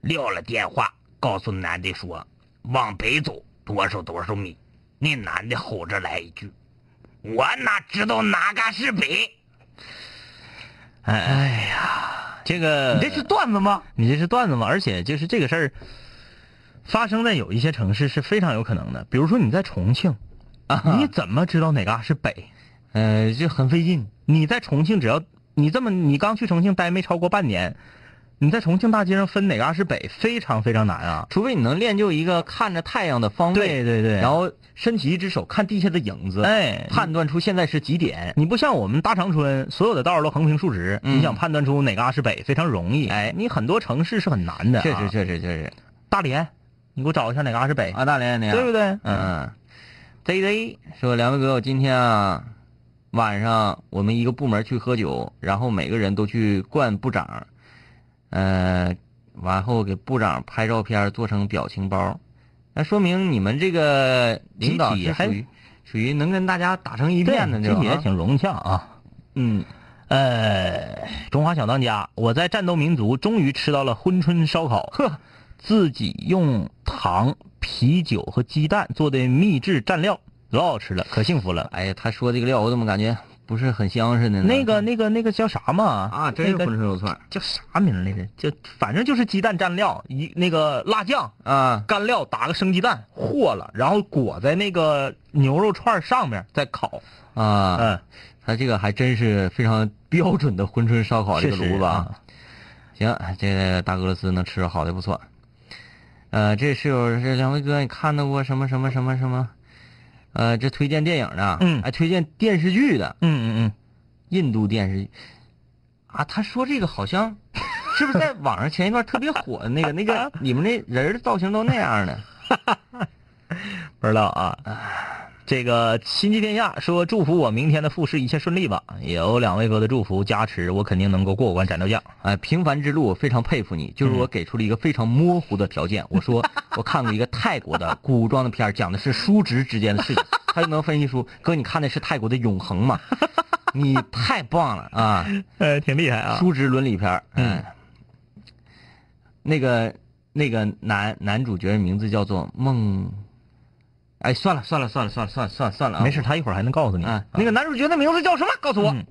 Speaker 3: 撂了电话，告诉男的说往北走多少多少米。那男的吼着来一句：“我哪知道哪嘎是北
Speaker 4: 哎呀，这个
Speaker 3: 段子吗？
Speaker 4: 你这是段子吗？而且就是这个事儿发生在有一些城市是非常有可能的，比如说你在重庆，你怎么知道哪嘎是北？
Speaker 3: 啊呃，就很费劲。
Speaker 4: 你在重庆只要你这么你刚去重庆待没超过半年，你在重庆大街上分哪嘎是北非常非常难啊。
Speaker 3: 除非你能练就一个看着太阳的方
Speaker 4: 对
Speaker 3: 位，
Speaker 4: 对对，
Speaker 3: 然后伸起一只手看地下的影子，
Speaker 4: 哎，
Speaker 3: 判断出现在是几点。
Speaker 4: 你不像我们大长春，所有的道儿都横平竖直，
Speaker 3: 嗯
Speaker 4: 你想判断出哪嘎是北非常容易。
Speaker 3: 哎
Speaker 4: 你很多城市是很难的、啊。
Speaker 3: 确实，确实，确实。
Speaker 4: 大连，你给我找一下哪嘎是北，
Speaker 3: 啊，大连那样，
Speaker 4: 对不对？
Speaker 3: 嗯，Z Z 说梁文哥，我今天啊晚上我们一个部门去喝酒，然后每个人都去灌部长，呃，完后给部长拍照片做成表情包，那说明你们这个领导
Speaker 4: 集体
Speaker 3: 是
Speaker 4: 还
Speaker 3: 属于属于能跟大家打成一
Speaker 4: 对
Speaker 3: 片的那
Speaker 4: 这
Speaker 3: 种
Speaker 4: 也
Speaker 3: 啊。
Speaker 4: 挺融洽啊。
Speaker 3: 嗯，
Speaker 4: 呃，中华小当家，我在战斗民族终于吃到了珲春烧烤，呵，自己用糖、啤酒和鸡蛋做的秘制蘸料，老好吃了，可幸福了。
Speaker 3: 哎呀，他说这个料，我怎么感觉不是很香似的呢？
Speaker 4: 那个、那个、那个叫啥嘛？
Speaker 3: 嗯啊，真是
Speaker 4: 那
Speaker 3: 浑
Speaker 4: 个
Speaker 3: 身肉串
Speaker 4: 叫啥名儿来着？就反正就是鸡蛋蘸料，一那个辣酱，
Speaker 3: 啊！
Speaker 4: 干料打个生鸡蛋和了，然后裹在那个牛肉串上面再烤。
Speaker 3: 啊，
Speaker 4: 嗯，
Speaker 3: 他这个还真是非常标准的珲春烧烤这个
Speaker 4: 确实
Speaker 3: 炉子啊。行，哎这个大俄罗斯能吃着好的不错。呃，这室友是两位哥，你看到过什么什么什么什么？呃，这推荐电影的，
Speaker 4: 嗯
Speaker 3: 还推荐电视剧的，
Speaker 4: 嗯嗯
Speaker 3: 印度电视剧啊。他说这个好 像是不是在网上前一段特别火的那个那个，你们那人儿造型都那样的？
Speaker 4: 嗯， 不知道啊。这个心系天下说祝福我明天的复试一切顺利吧，有两位哥的祝福加持，我肯定能够过关斩六将。
Speaker 3: 哎，平凡之路，我非常佩服你。就是我给出了一个非常模糊的条件，我说我看过一个泰国的古装的片儿，讲的是叔侄之间的事情，他就能分析出，哥，你看的是泰国的《永恒》嘛？你太棒了啊！
Speaker 4: 呃，挺厉害啊。
Speaker 3: 叔侄伦理片儿，
Speaker 4: 嗯
Speaker 3: 哎，那个那个男男主角名字叫做孟，哎，算了算了算了算了算了算了算了啊，
Speaker 4: 没事，他一会儿还能告诉你。
Speaker 3: 啊，
Speaker 4: 那
Speaker 3: 那
Speaker 4: 个
Speaker 3: 个男主角的名字叫什么？告诉我。
Speaker 4: 嗯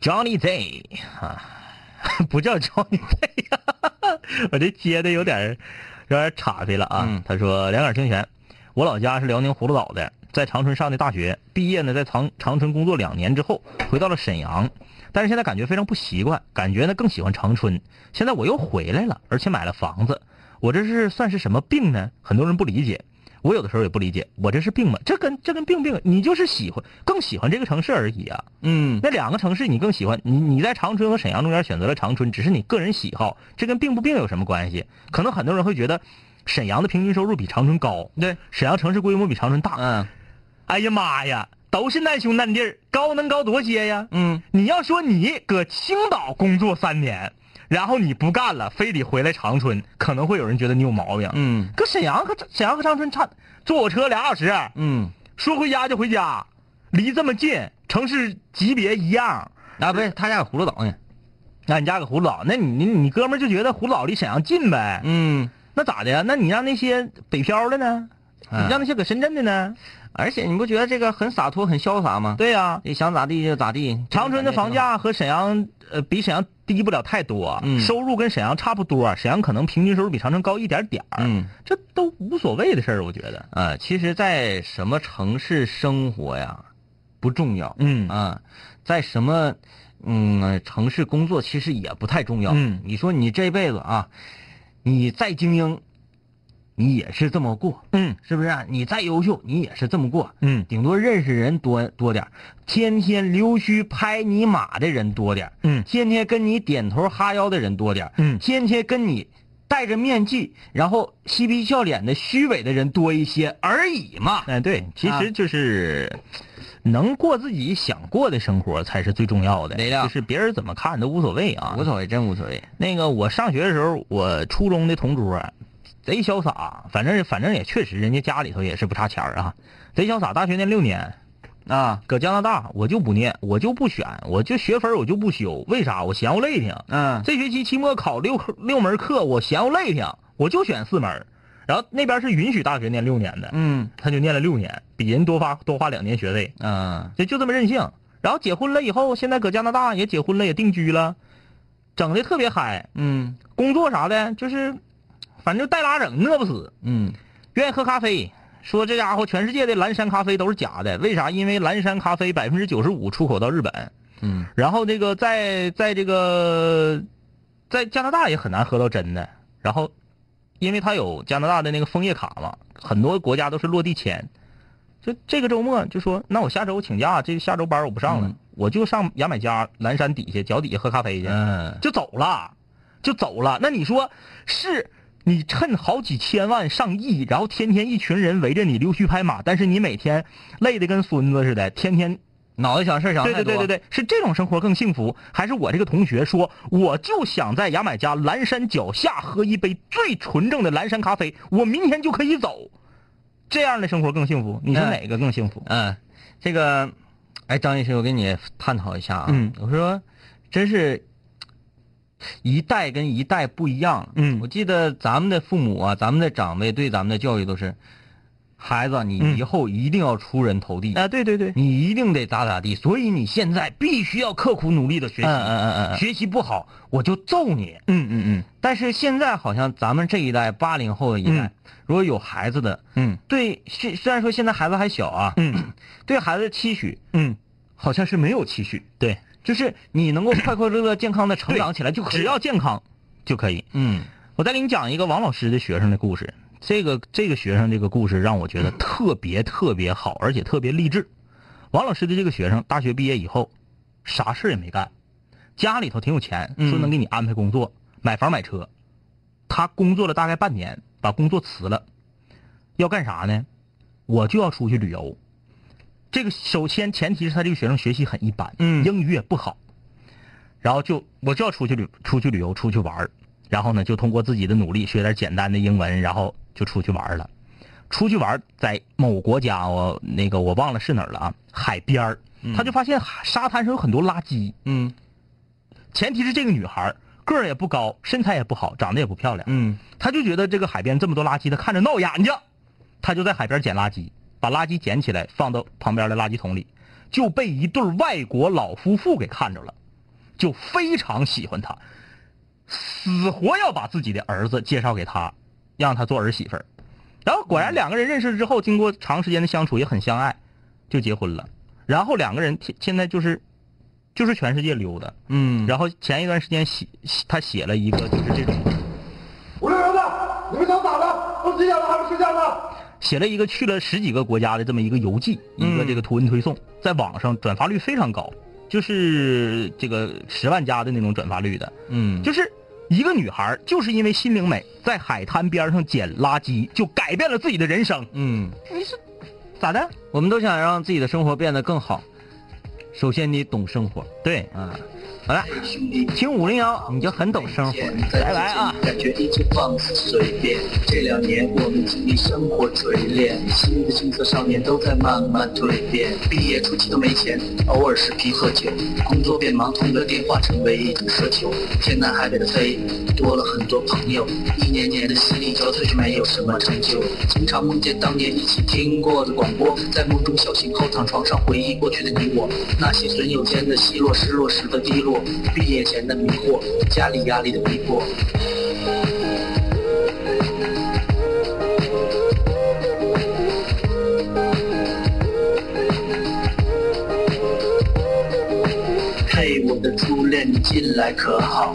Speaker 4: Johnny Day 啊， 不叫 Johnny Day，、我这接的有点儿有点儿岔劈了啊。
Speaker 3: 嗯
Speaker 4: 他说两杆清泉，我老家是辽宁葫芦岛的，在长春上的大学，毕业呢在长长春工作两年之后回到了沈阳，但是现在感觉非常不习惯，感觉呢更喜欢长春。现在我又回来了，而且买了房子，我这是算是什么病呢？很多人不理解。我有的时候也不理解，我这是病吗？这跟这跟病病，你就是喜欢更喜欢这个城市而已啊。
Speaker 3: 嗯，
Speaker 4: 那两个城市你更喜欢你你在长春和沈阳中间选择了长春，只是你个人喜好，这跟病不病有什么关系？可能很多人会觉得沈阳的平均收入比长春高，
Speaker 3: 对，
Speaker 4: 沈阳城市规模比长春大。
Speaker 3: 嗯
Speaker 4: 哎呀妈呀，都是难兄难弟儿，高能高多些呀？
Speaker 3: 嗯，
Speaker 4: 你要说你搁青岛工作三年，然后你不干了，非得回来长春，可能会有人觉得你有毛病。
Speaker 3: 嗯
Speaker 4: 搁沈阳和沈阳和长春差，坐火车俩小时。
Speaker 3: 嗯，
Speaker 4: 说回家就回家，离这么近，城市级别一样。
Speaker 3: 啊，不是，他家有葫芦岛呢。
Speaker 4: 那你家搁葫芦岛，那你你你哥们儿就觉得葫芦岛离沈阳近呗？
Speaker 3: 嗯。
Speaker 4: 那咋的呀？那你让那些北漂的呢？你
Speaker 3: 嗯
Speaker 4: 让那些搁深圳的呢？
Speaker 3: 而且你不觉得这个很洒脱、很潇洒吗？
Speaker 4: 对呀、
Speaker 3: 你想咋地就咋地。
Speaker 4: 长春的房价和沈阳呃比沈阳低不了太多，
Speaker 3: 嗯
Speaker 4: 收入跟沈阳差不多，沈阳可能平均收入比长春高一点点儿，
Speaker 3: 嗯，
Speaker 4: 这都无所谓的事儿，我觉得。
Speaker 3: 呃，其实，在什么城市生活呀，不重要。
Speaker 4: 嗯
Speaker 3: 啊，在什么嗯城市工作其实也不太重要。
Speaker 4: 嗯
Speaker 3: 你说你这辈子啊，你再精英，你也是这么过，
Speaker 4: 嗯
Speaker 3: 是不是啊、你再优秀，你也是这么过。
Speaker 4: 嗯
Speaker 3: 顶多认识人多多点儿天天溜须拍你马的人多点儿
Speaker 4: 嗯
Speaker 3: 天天跟你点头哈腰的人多点儿
Speaker 4: 嗯
Speaker 3: 天天跟你戴着面具，然后嬉皮笑脸的虚伪的人多一些而已嘛。嗯啊
Speaker 4: 哎，对，其实就是、能过自己想过的生活才是最重要的，
Speaker 3: 对的
Speaker 4: 就是别人怎么看都无所谓啊，
Speaker 3: 无所谓，真无所谓。
Speaker 4: 那个我上学的时候，我初中的同桌啊贼潇洒，反正反正也确实，人家家里头也是不差钱儿啊，贼潇洒。大学念六年，
Speaker 3: 啊
Speaker 4: 搁加拿大我就不念，我就不选，我就学分儿我就不修，为啥？我嫌我累挺。
Speaker 3: 嗯
Speaker 4: 这学期期末考六科六门课，我嫌我累挺，我就选四门儿。然后那边是允许大学念六年的，
Speaker 3: 嗯
Speaker 4: 他就念了六年，比人多花多花两年学费。
Speaker 3: 嗯
Speaker 4: 就就这么任性。然后结婚了以后，现在搁加拿大也结婚了，也定居了，整的特别嗨。
Speaker 3: 嗯
Speaker 4: 工作啥的，就是反正就带拉整，饿不死。
Speaker 3: 嗯
Speaker 4: 愿意喝咖啡，说这家伙全世界的蓝山咖啡都是假的，为啥？因为蓝山咖啡百分之九十五出口到日本，
Speaker 3: 嗯
Speaker 4: 然后这个在在这个在加拿大也很难喝到真的。然后，因为它有加拿大的那个枫叶卡嘛，很多国家都是落地签。就这个周末就说，那我下周请假，这下周班我不上了，
Speaker 3: 嗯
Speaker 4: 我就上牙买加蓝山底下脚底下喝咖啡去。
Speaker 3: 嗯
Speaker 4: 就走了，就走了。那你说是？你趁好几千万上亿，然后天天一群人围着你溜须拍马，但是你每天累得跟孙子似的，天天
Speaker 3: 脑袋想事儿想
Speaker 4: 对
Speaker 3: 太
Speaker 4: 对
Speaker 3: 多。
Speaker 4: 对对
Speaker 3: 对，
Speaker 4: 对，是这种生活更幸福，还是我这个同学说，我就想在牙买加蓝山脚下喝一杯最纯正的蓝山咖啡，我明天就可以走，这样的生活更幸福？你说
Speaker 3: 嗯
Speaker 4: 哪个更幸福？
Speaker 3: 嗯，这个，哎，张医师，我跟你探讨一下啊。
Speaker 4: 嗯
Speaker 3: 我说，真是。一代跟一代不一样了
Speaker 4: 嗯
Speaker 3: 我记得咱们的父母啊，咱们的长辈对咱们的教育都是，孩子，你
Speaker 4: 嗯
Speaker 3: 以后一定要出人头地，
Speaker 4: 啊，对对对，
Speaker 3: 你一定得咋咋地。所以你现在必须要刻苦努力的学习，
Speaker 4: 嗯嗯嗯嗯嗯
Speaker 3: 学习不好我就揍你。
Speaker 4: 嗯嗯嗯
Speaker 3: 但是现在好像咱们这一代八零后的一代，如果有孩子的，
Speaker 4: 嗯
Speaker 3: 对，虽虽然说现在孩子还小啊，
Speaker 4: 嗯
Speaker 3: 对孩子的期许
Speaker 4: 嗯，
Speaker 3: 好像是没有期许，
Speaker 4: 对，
Speaker 3: 就是你能够快快乐乐、健康的成长起来就可以。
Speaker 4: 只要健康就可以。
Speaker 3: 嗯
Speaker 4: 我再给你讲一个王老师的学生的故事。这个这个学生这个故事让我觉得特别特别好，而且特别励志。王老师的这个学生大学毕业以后，啥事儿也没干，家里头挺有钱，
Speaker 3: 嗯
Speaker 4: 说能给你安排工作、买房买车。他工作了大概半年，把工作辞了，要干啥呢？我就要出去旅游。这个首先前提是他这个学生学习很一般，
Speaker 3: 嗯
Speaker 4: 英语也不好，然后就我就要出去旅出去旅游出去玩儿然后呢就通过自己的努力学点简单的英文，然后就出去玩儿了。出去玩儿在某国家，我那个我忘了是哪儿了啊，海边儿，他就发现海沙滩上有很多垃圾。
Speaker 3: 嗯
Speaker 4: 前提是这个女孩儿个儿也不高，身材也不好，长得也不漂亮，
Speaker 3: 嗯
Speaker 4: 他就觉得这个海边这么多垃圾，他看着闹眼睛，他就在海边捡垃圾，把垃圾捡起来放到旁边的垃圾桶里，就被一对外国老夫妇给看着了，就非常喜欢他，死活要把自己的儿子介绍给他，让他做儿媳妇儿。然后果然两个人认识之后，经过长时间的相处也很相爱，就结婚了。然后两个人现现在就是，就是全世界溜达。
Speaker 3: 嗯，
Speaker 4: 然后前一段时间写写他写了一个就是这种，
Speaker 7: 五六儿子，你们想咋的？都几点了还不睡觉呢？
Speaker 4: 写了一个去了十几个国家的这么一个游记，一个
Speaker 3: 嗯
Speaker 4: 这个图文推送，在网上转发率非常高，就是这个十万加的那种转发率的，
Speaker 3: 嗯就
Speaker 4: 就是一个女孩就是因为心灵美，在海滩边上捡垃圾，就改变了自己的人生。
Speaker 3: 嗯，
Speaker 4: 咋的？
Speaker 3: 我们都想让自己的生活变得更好，首先你懂生活
Speaker 4: 对，
Speaker 3: 啊。好了，听五零幺你就很懂生活，拜拜啊。
Speaker 8: 感觉一直放肆随便。这两年我们经历生活锤炼，新的青涩少年都在慢慢蜕变。毕业初期都没钱，偶尔是皮喝酒，工作变忙，通个电话成为一种奢求。天南海北的飞，多了很多朋友，一年年的犀利交瘁却没有什么成就。经常梦见当年一起听过的广播，在梦中小醒后躺床上回忆过去的你我，那些损友间的奚落，失落时的低落，毕业前的迷惑，家里压力的逼迫。嘿，我的初恋，你近来可好？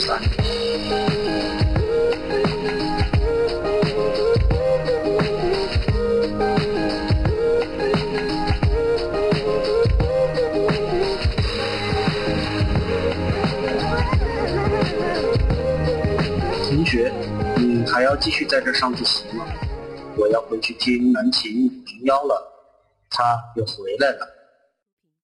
Speaker 8: 三。同学，你还要继续在这上自习吗？我要回去听南琴五零幺了，他又回来了。